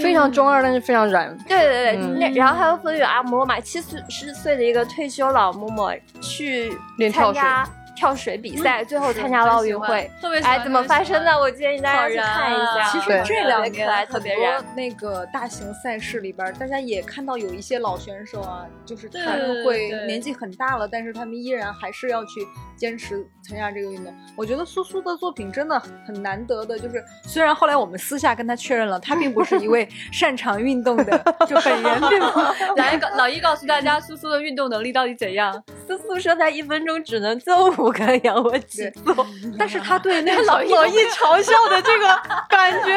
Speaker 4: 非常中二，但是非常燃。
Speaker 5: 对对对，
Speaker 4: 嗯
Speaker 5: 那然后还有风雨阿嬷嘛，七四十岁的一个退休老嬷嬷去
Speaker 4: 练
Speaker 5: 参
Speaker 4: 跳水
Speaker 5: 加跳水比赛，最后参加了奥运会。，
Speaker 2: 特别喜欢
Speaker 5: 哎，怎么发生的？？我建议大家去看一下。
Speaker 3: 其
Speaker 4: 对
Speaker 3: 实这两年很多那个大型赛事里边儿，大家也看到有一些老选手啊，就是他们会
Speaker 2: 对对
Speaker 3: 年纪很大了，但是他们依然还是要去坚持参加这个运动。我觉得苏苏的作品真的很难得的，就是虽然后来我们私下跟他确认了，他并不是一位擅长运动的，就本人并不。
Speaker 2: 来告老一告诉大家苏苏的运动能力到底怎样？
Speaker 5: 苏苏说他一分钟只能做五个仰卧起
Speaker 3: 对
Speaker 5: 坐，
Speaker 3: 但 是他对那
Speaker 2: 老一老一嘲笑的这个感觉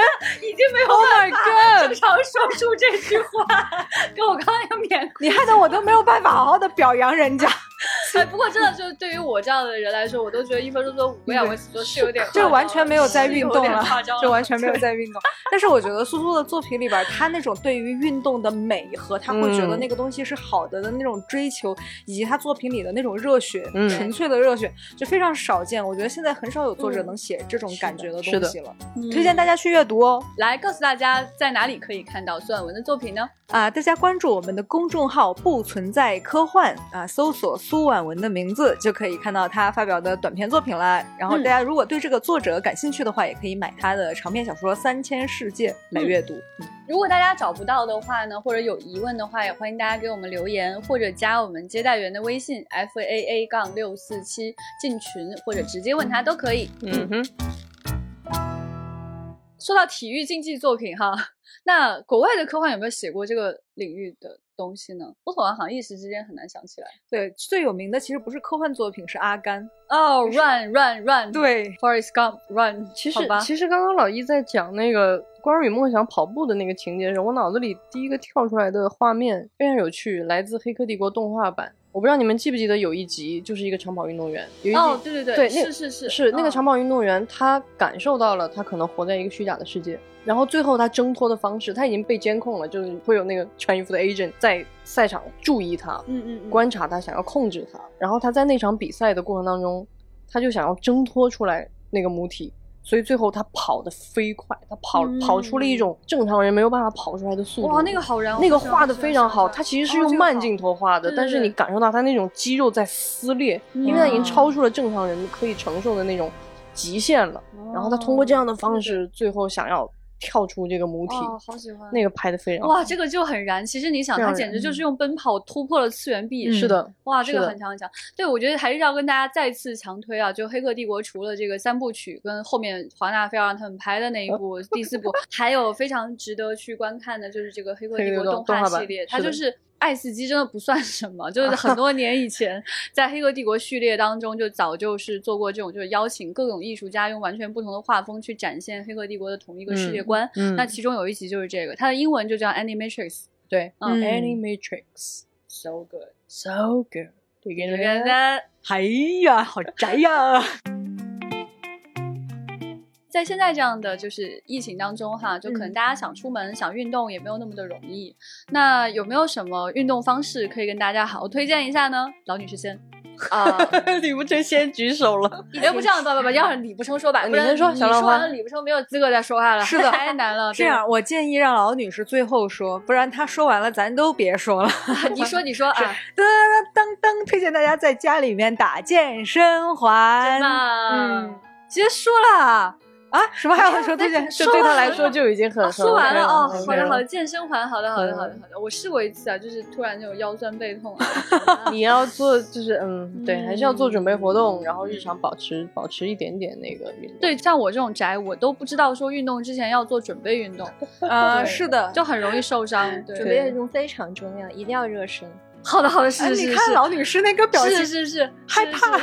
Speaker 2: 已经没有 Oh my God，正常说出这句话，跟我刚刚有免
Speaker 3: 你害得我都没有办法好好的表扬人家，
Speaker 2: 哎，不过真的就是对于我这样的人来说，我都觉得一分钟做五个仰卧起坐是有点夸张
Speaker 3: 这
Speaker 2: 了，
Speaker 3: 完全没有在运动了
Speaker 2: 了，夸张了
Speaker 3: 就完全没有在运 动。但是我觉得苏苏的作品里边儿，他那种对于运动的美和他会觉得
Speaker 4: 嗯
Speaker 3: 那个东西是好的的那种追求，以及他作品里的那种热血，
Speaker 4: 嗯
Speaker 3: 纯粹的热血，就非常少见。我觉得现在很少有作者能写这种感觉的
Speaker 4: 是的
Speaker 3: 东西了，
Speaker 2: 嗯
Speaker 3: 推荐大家去阅读哦。
Speaker 2: 来告诉大家在哪里可以看到孙婉文的作品呢？
Speaker 3: 啊，大家关注我们的公众号“不存在科幻”啊，搜索苏婉文的名字就可以看到她发表的短篇作品啦。然后大家如果对这个作者感兴趣的话，也可以买她的长篇小说《三千世界》来阅读。
Speaker 2: 如果大家找不到的话呢，或者有疑问的话，也欢迎大家给我们留言，或者加我们接待员的微信 f a a 杠六四七进群，或者直接问他都可以。
Speaker 4: 嗯哼，
Speaker 2: 说到体育竞技作品哈， 那国外的科幻有没有写过这个领域的东西呢？我好像好像一时之间很难想起来。
Speaker 3: 对，最有名的其实不是科幻作品，是《阿甘》。
Speaker 2: 哦、r u n Run Run，
Speaker 3: 对，
Speaker 2: ，Forest Gump Run，
Speaker 4: 其实
Speaker 2: 好吧，
Speaker 4: 其实刚刚老一在讲那个关于梦想跑步的那个情节时，我脑子里第一个跳出来的画面非常有趣，来自《黑客帝国》动画版。我不知道你们记不记得有一集就是一个长跑运动员，有一集、
Speaker 2: 哦，对对
Speaker 4: 对那
Speaker 2: 是是是
Speaker 4: 是那个
Speaker 2: 嗯
Speaker 4: 长跑运动员，他感受到了他可能活在一个虚假的世界，然后最后他挣脱的方式，他已经被监控了，就是会有那个穿衣服的 agent 在赛场注意他，
Speaker 2: 嗯嗯嗯，
Speaker 4: 观察他，想要控制他。然后他在那场比赛的过程当中，他就想要挣脱出来那个母体，所以最后他跑得飞快，他跑、跑出了一种正常人没有办法跑出来的速度。
Speaker 2: 嗯哇，那个好燃，
Speaker 4: 那个
Speaker 2: 我喜欢
Speaker 4: 画的
Speaker 2: 喜
Speaker 4: 非
Speaker 2: 欢
Speaker 4: 常
Speaker 2: 喜
Speaker 4: 好，
Speaker 2: 欢
Speaker 4: 它其实是
Speaker 2: 哦
Speaker 4: 用
Speaker 2: 这个
Speaker 4: 慢
Speaker 2: 好
Speaker 4: 镜头画的，
Speaker 2: 对
Speaker 4: 但
Speaker 2: 对
Speaker 4: 是你
Speaker 2: 对嗯
Speaker 4: 感受到它那种肌肉在撕裂，因为它已经超出了正常人可以承受的那种极限了。然后他通过这样的方式，最后想要跳出这个母体，
Speaker 2: 哦，好喜欢
Speaker 4: 那个拍的非常好。
Speaker 2: 哇，这个就很燃。其实你想，
Speaker 4: 非
Speaker 2: 他
Speaker 4: 常
Speaker 2: 简
Speaker 4: 燃嗯
Speaker 2: 直就是用奔跑突破了次元壁。
Speaker 4: 是的，
Speaker 2: 哇，这
Speaker 4: 是
Speaker 2: 个
Speaker 4: 的
Speaker 2: 很强强。对，我觉得还是要跟大家再次强推啊！就《黑客帝国》除了这个三部曲，跟后面华纳非要让他们拍的那一
Speaker 4: 哦
Speaker 2: 部第 四部，还有非常值得去观看的，就是这个《黑客
Speaker 4: 黑
Speaker 2: 帝国》
Speaker 4: 客帝国
Speaker 2: 动
Speaker 4: 动
Speaker 2: 画
Speaker 4: 画
Speaker 2: 系
Speaker 4: 版
Speaker 2: 列，
Speaker 4: 是
Speaker 2: 它就
Speaker 4: 的
Speaker 2: 是。爱死机真的不算什么，就是很 多年以前，在《黑客帝国》序列当中，就早就是做过这种，就是邀请各种艺术家用完全不同的画风去展现《黑客帝国》的同一个世界
Speaker 4: 嗯
Speaker 2: 观。
Speaker 4: 嗯
Speaker 2: 那其中有一集就是这个，它的英文就叫 Animatrix。
Speaker 4: 对
Speaker 2: 嗯
Speaker 4: ，Animatrix
Speaker 2: So good，
Speaker 4: so good，对给你
Speaker 2: 原
Speaker 4: 们
Speaker 2: 来
Speaker 3: 哎呀，好宅呀！
Speaker 2: 在现在这样的就是疫情当中哈，就可
Speaker 4: 嗯
Speaker 2: 能大家想出门、想运动也没有那么的容易。那有没有什么运动方式可以跟大家好好推荐一下呢？老女士先，
Speaker 5: 啊，
Speaker 4: 李不成先举手 了，
Speaker 2: 哎，不这样，不不不，要让李不生说吧，
Speaker 4: 你
Speaker 2: 不然
Speaker 4: 先说
Speaker 2: 你
Speaker 4: 小
Speaker 2: 说
Speaker 4: 浪花
Speaker 2: 完了，李不生没有资格再说话了，
Speaker 3: 是的
Speaker 2: 太难了。
Speaker 3: 这样，我建议让老女士最后说，不然她说完了，咱都别说了。
Speaker 2: 真 的，你说你说啊，
Speaker 3: 噔噔噔噔，推荐大家在家里面打健身环。
Speaker 2: 真的
Speaker 3: 嗯，结束啦！啊，什么还要哎说推荐？
Speaker 4: 就对他来说就已经很
Speaker 2: 啊，说完了哦，好的好的，。
Speaker 4: 很 OK
Speaker 2: 健身环，好的好的好的好的，我试过一次啊，就是突然那种腰酸背痛啊，
Speaker 4: 了 你要做就是嗯，对，还是要做准备活动，然后日常保持保持一点点那个运动。
Speaker 2: 嗯对，像我这种宅，我都不知道说运动之前要做准备运动，
Speaker 3: 呃，
Speaker 2: 对
Speaker 3: 是的，
Speaker 2: 就很容易受伤。
Speaker 5: 准
Speaker 2: 对，
Speaker 5: 备运动非常重要，一定要热身。
Speaker 2: 好的好的，
Speaker 3: 哎
Speaker 2: 是是
Speaker 3: 你
Speaker 2: 是，
Speaker 3: 看老女士那个表情，
Speaker 2: 是是是
Speaker 3: 害怕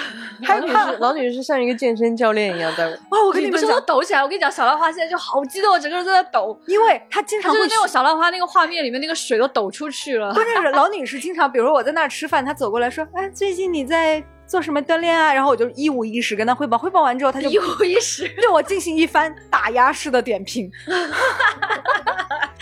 Speaker 3: 害
Speaker 4: 老女
Speaker 3: 怕
Speaker 4: 士，老女士像一个健身教练一样在
Speaker 3: 哇！我
Speaker 2: 我跟
Speaker 3: 跟你
Speaker 2: 你们
Speaker 3: 们
Speaker 2: 说
Speaker 3: 讲，
Speaker 2: 抖起来，我跟你讲，小浪花现在就好激动，我整个人都在抖，
Speaker 3: 因为她经
Speaker 2: 就
Speaker 3: 常
Speaker 2: 是
Speaker 3: 会
Speaker 2: 那种小浪花那个画面里面那个水都抖出去了。
Speaker 3: 关键是老女士经常，比如说我在那儿吃饭，她走过来说：“哎，最近你在做什么锻炼啊？”然后我就一五一十跟她汇报，汇报完之后，她 就
Speaker 2: 一五一十，
Speaker 3: 对我进行一番打压式的点评。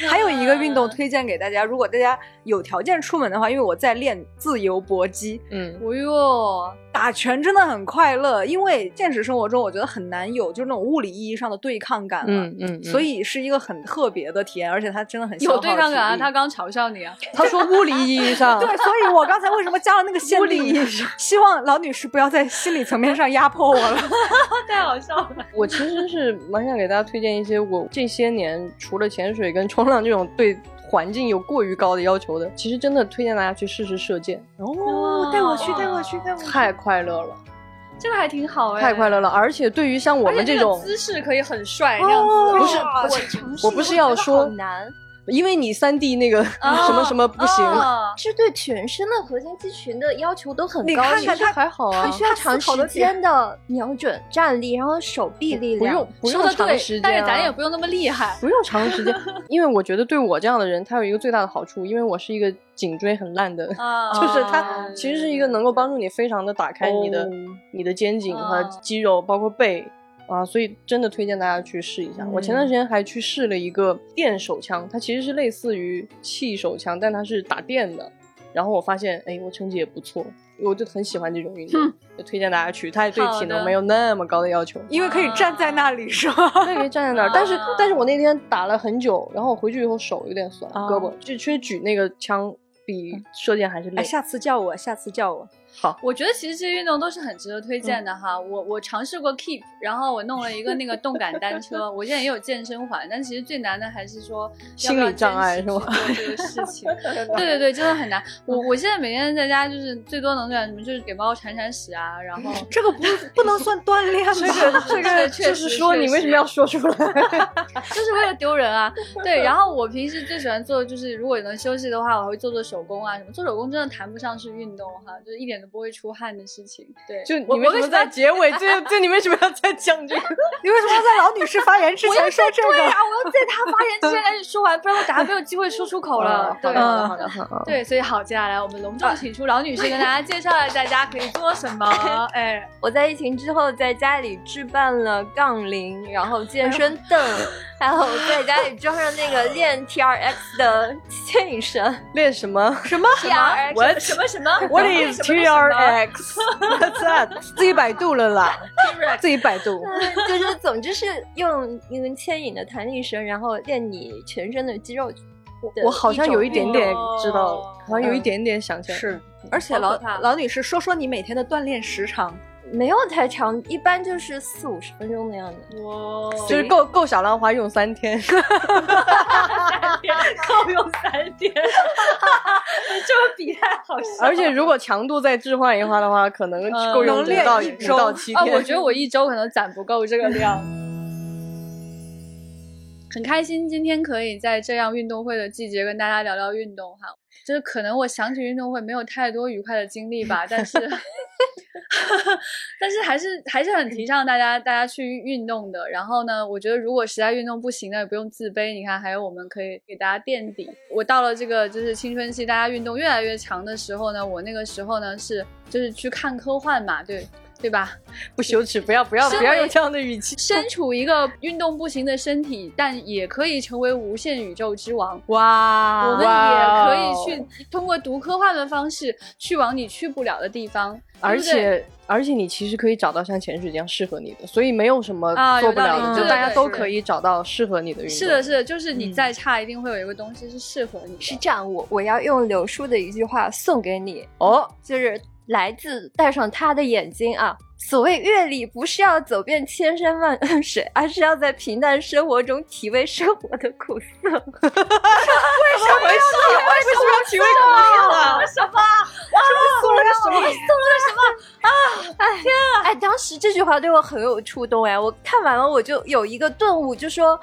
Speaker 3: 还有一个运动推荐给大家，如果大家有条件出门的话，因为我在练自由搏击，
Speaker 4: 嗯，
Speaker 2: 哦哟，
Speaker 3: 打拳真的很快乐。因为现实生活中我觉得很难有就是那种物理意义上的对抗感了，
Speaker 4: 嗯嗯，
Speaker 3: 所以是一个很特别的体验，而且它真的很消耗
Speaker 2: 有对抗感啊！
Speaker 3: 体力
Speaker 2: 他刚嘲笑你啊，
Speaker 4: 他说物理意义上，
Speaker 3: 对，所以我刚才为什么加了那个限定？希望老女士不要在心理层面上压迫我了。
Speaker 2: 太好笑了。
Speaker 4: 我其实是蛮想给大家推荐一些我这些年除了潜水跟冲浪这种对环境有过于高的要求的，其实真的推荐大家去试试射箭，
Speaker 3: 哦带我去，带我去，带我去！
Speaker 4: 太快乐了，
Speaker 2: 这个还挺好哎，
Speaker 4: 太快乐了！而且对于像我
Speaker 2: 而且
Speaker 4: 们
Speaker 2: 这
Speaker 4: 这
Speaker 2: 个
Speaker 4: 种，哦
Speaker 2: 姿势可以很帅，这样子
Speaker 4: 不是
Speaker 2: 哇
Speaker 4: 我不是要说
Speaker 6: 好，难，
Speaker 4: 因为你三 D 那个什么什么不行，
Speaker 2: 哦
Speaker 6: 这对全身的核心肌群的要求都很
Speaker 3: 你
Speaker 6: 高，
Speaker 3: 看
Speaker 6: 其
Speaker 3: 看
Speaker 6: 实
Speaker 3: 他
Speaker 4: 还好啊
Speaker 6: 很，需要
Speaker 3: 他思
Speaker 6: 长
Speaker 3: 考的
Speaker 6: 时
Speaker 3: 点
Speaker 6: 间的瞄准、站立，然后手臂力
Speaker 4: 不
Speaker 6: 量。
Speaker 4: 用不
Speaker 2: 说
Speaker 4: 用
Speaker 2: 的
Speaker 4: 长
Speaker 2: 对，
Speaker 4: 时间、啊，
Speaker 2: 但是咱也不用那么厉害。
Speaker 4: 不用长时间，因为我觉得对我这样的人，他有一个最大的好处，因为我是一个颈椎很烂的，
Speaker 2: 啊，嗯
Speaker 4: 就是它其实是一个能够帮助你非常的打开你的、
Speaker 3: 哦
Speaker 4: 你的肩颈和
Speaker 2: 哦
Speaker 4: 肌肉，包括背啊，所以真的推荐大家去试一下。我前
Speaker 2: 嗯
Speaker 4: 段时间还去试了一个电手枪，它其实是类似于气手枪，但它是打电的。然后我发现，哎，我成绩也不错，我就很喜欢这种运动，就推荐大家去。它也对
Speaker 2: 好
Speaker 4: 体
Speaker 2: 的
Speaker 4: 能没有那么高的要求，
Speaker 3: 因为可以站在那里是吧？
Speaker 4: 对，可以站在那儿。但是
Speaker 2: 啊，
Speaker 4: 但是我那天打了很久，然后我回去以后手有点酸，胳
Speaker 2: 啊
Speaker 4: 膊就其实举那个枪比
Speaker 2: 嗯
Speaker 4: 射箭还是累
Speaker 3: 哎，。下次叫我，下次叫我。
Speaker 2: 我觉得其实这些运动都是很值得推荐的
Speaker 4: 嗯
Speaker 2: 哈。我我尝试过 Keep，然后我弄了一个那个动感单车，我现在也有健身环，但其实最难的还是说要不
Speaker 4: 心
Speaker 2: 要
Speaker 4: 理障碍
Speaker 2: 真实去做
Speaker 4: 是
Speaker 2: 这个事 情，对对对，真的很难。我我现在每天在家就是最多能干什么，就是给猫铲铲屎啊，然后
Speaker 3: 这个不不能算锻炼 吧？
Speaker 2: 这个确
Speaker 4: 就
Speaker 2: 实
Speaker 4: 是说，
Speaker 2: 确
Speaker 4: 你为
Speaker 2: 实
Speaker 4: 什么要说出 来？
Speaker 2: 就是为了丢人 啊。对，然后我平时最喜欢做的就是，如果能休息的话，我会做做手工啊什么。做手工真的谈不上是运动哈，就是一点都不会出汗的事情。对，
Speaker 4: 就你
Speaker 2: 我
Speaker 4: 为什
Speaker 2: 我
Speaker 4: 么在结尾？这这你为什么要再讲这个？
Speaker 3: 你为什么要在老女士发言之前说这
Speaker 2: 对
Speaker 3: 个？
Speaker 2: 啊，我要在他发言之前赶紧说完，不然我等下没有机会说出口了。对。
Speaker 4: 哦好的好的。啊
Speaker 2: 对，所以好，接下来我们隆重请出老女士，跟大家介绍一下大家可以做什 么。哎，
Speaker 6: 我在疫情之后在家里置办了杠铃，然后
Speaker 4: 哎
Speaker 6: 健身凳，还有在家里装上那个练 T R X 的 牵 引绳。
Speaker 4: 练什么
Speaker 3: 什么
Speaker 6: T R X
Speaker 4: ？What
Speaker 2: 什么什么
Speaker 4: What is T R X？What's that？自己百度了 啦，自己百度。
Speaker 6: 就是总之是用那个牵引的弹力绳，然后练你全身的肌肉的
Speaker 4: 我好像有一
Speaker 6: 种
Speaker 4: 点点
Speaker 2: 运动
Speaker 4: 知道了，好像有一点点想起来。，
Speaker 3: 而且
Speaker 2: 好
Speaker 3: 老
Speaker 2: 可怕
Speaker 3: 老女士说说你每天的锻炼时长，
Speaker 6: 没有太长，一般就是四五十分钟的样子。
Speaker 2: 哇，
Speaker 4: 就是够够小浪花用三天。
Speaker 2: 够用三天，这个比赛好笑
Speaker 4: 而且如果强度再置换一化的话，可能
Speaker 2: 嗯
Speaker 4: 够用
Speaker 3: 能
Speaker 4: 五
Speaker 3: 练
Speaker 4: 到
Speaker 3: 一
Speaker 4: 五
Speaker 3: 周
Speaker 4: 到七
Speaker 2: 啊，
Speaker 4: 天。
Speaker 2: 我觉得我一周可能攒不够这个量。 很开心今天可以在这样运动会的季节跟大家聊聊运动哈，就是可能我想起运动会没有太多愉快的经历吧， 但是 但是还是还是很提倡大家大家去运动的。然后呢，我觉得如果实在运动不行的，也不用自卑。你看，还有我们可以给大家垫底。我到了这个就是青春期，大家运动越来越强的时候呢，我那个时候呢是就是去看科幻嘛，对对吧？
Speaker 4: 不羞耻，不要不要
Speaker 2: 身
Speaker 4: 不要
Speaker 2: 为
Speaker 4: 用这样的语气。
Speaker 2: 身处一个运动不行的身体，但也可以成为无限宇宙之王。
Speaker 3: 哇
Speaker 2: 我们
Speaker 4: 哇
Speaker 2: 也
Speaker 4: 哦
Speaker 2: 可以去通过读科幻的方式去往你去不了的地方，
Speaker 4: 而
Speaker 2: 对不对
Speaker 4: 且而且你其实可以找到像潜水这样适合你的，所以没有什么
Speaker 2: 啊
Speaker 4: 做不了
Speaker 2: 有道
Speaker 4: 的，
Speaker 2: 理
Speaker 4: 就
Speaker 2: 对
Speaker 4: 大家
Speaker 2: 对
Speaker 4: 都
Speaker 2: 是
Speaker 4: 可以找到适合你的运动。
Speaker 2: 是的，是的，就是你
Speaker 4: 嗯
Speaker 2: 再差，一定会有一个东西是适合你
Speaker 6: 是
Speaker 2: 的。
Speaker 6: 这样，我我要用柳树的一句话送给你，
Speaker 4: 哦，
Speaker 6: 就是来自戴上他的眼睛啊。所谓阅历，不是要走遍千山万 水，而是要在平淡生活中体味生活的苦涩。
Speaker 4: 体 味苦涩了。
Speaker 6: 哎，当时这句话对我很有触动哎，我看完了我就有一个顿悟，就说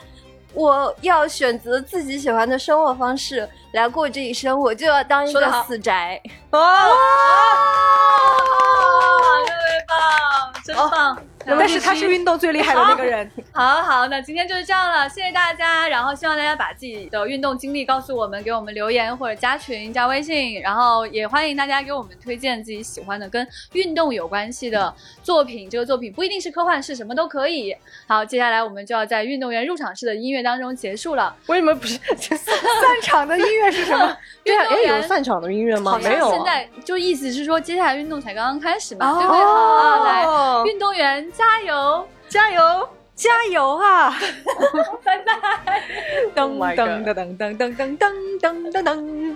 Speaker 6: 我要选择自己喜欢的生活方式来过这一生，我就要当一
Speaker 2: 说得好
Speaker 6: 个死宅。
Speaker 2: 啊，各位棒，真棒！
Speaker 3: 但是他是运动最厉害的那个人。
Speaker 2: 好好，那今天就是这样了，谢谢大家。然后希望大家把自己的运动经历告诉我们，给我们留言或者加群、加微信。然后也欢迎大家给我们推荐自己喜欢的跟运动有关系的作品。这个作品不一定是科幻，是什么都可以。好，接下来我们就要在运动员入场式的音乐当中结束了。
Speaker 4: 为什么不是？
Speaker 3: 散场的音乐是什 么？
Speaker 4: 对啊，
Speaker 2: 运动
Speaker 4: 哎，
Speaker 2: 员
Speaker 4: 有散场的音乐吗？
Speaker 2: 好
Speaker 4: 没
Speaker 2: 像
Speaker 4: 有啊。
Speaker 2: 现在就意思是说，接下来运动才刚刚开始嘛，
Speaker 3: 哦
Speaker 2: 对不对？好啊，来，运动员加油！
Speaker 3: 加油，加油啊！ 拜 Oh 拜
Speaker 4: my
Speaker 3: 噔
Speaker 4: God
Speaker 3: 噔噔噔噔噔噔噔噔噔。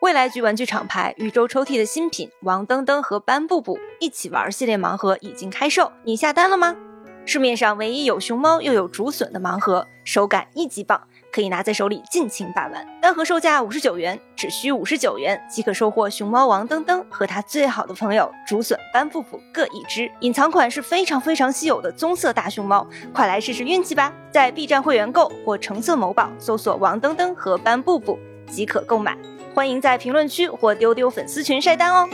Speaker 1: 未来局玩具厂牌宇宙抽屉的新品王登登和班布布一起玩系列盲盒已经开售，你下单了吗？市面上唯一有熊猫又有竹笋的盲盒，手感一级棒，可以拿在手里尽情把玩。单盒售价五十九元，只需五十九元即可收获熊猫王登登和他最好的朋友竹笋班布布各一只。隐藏款是非常非常稀有的棕色大熊猫，快来试试运气吧！在 B 站会员购或橙色某宝搜索王登登和班布布即可购买。欢迎在评论区或丢丢粉丝群晒单哦。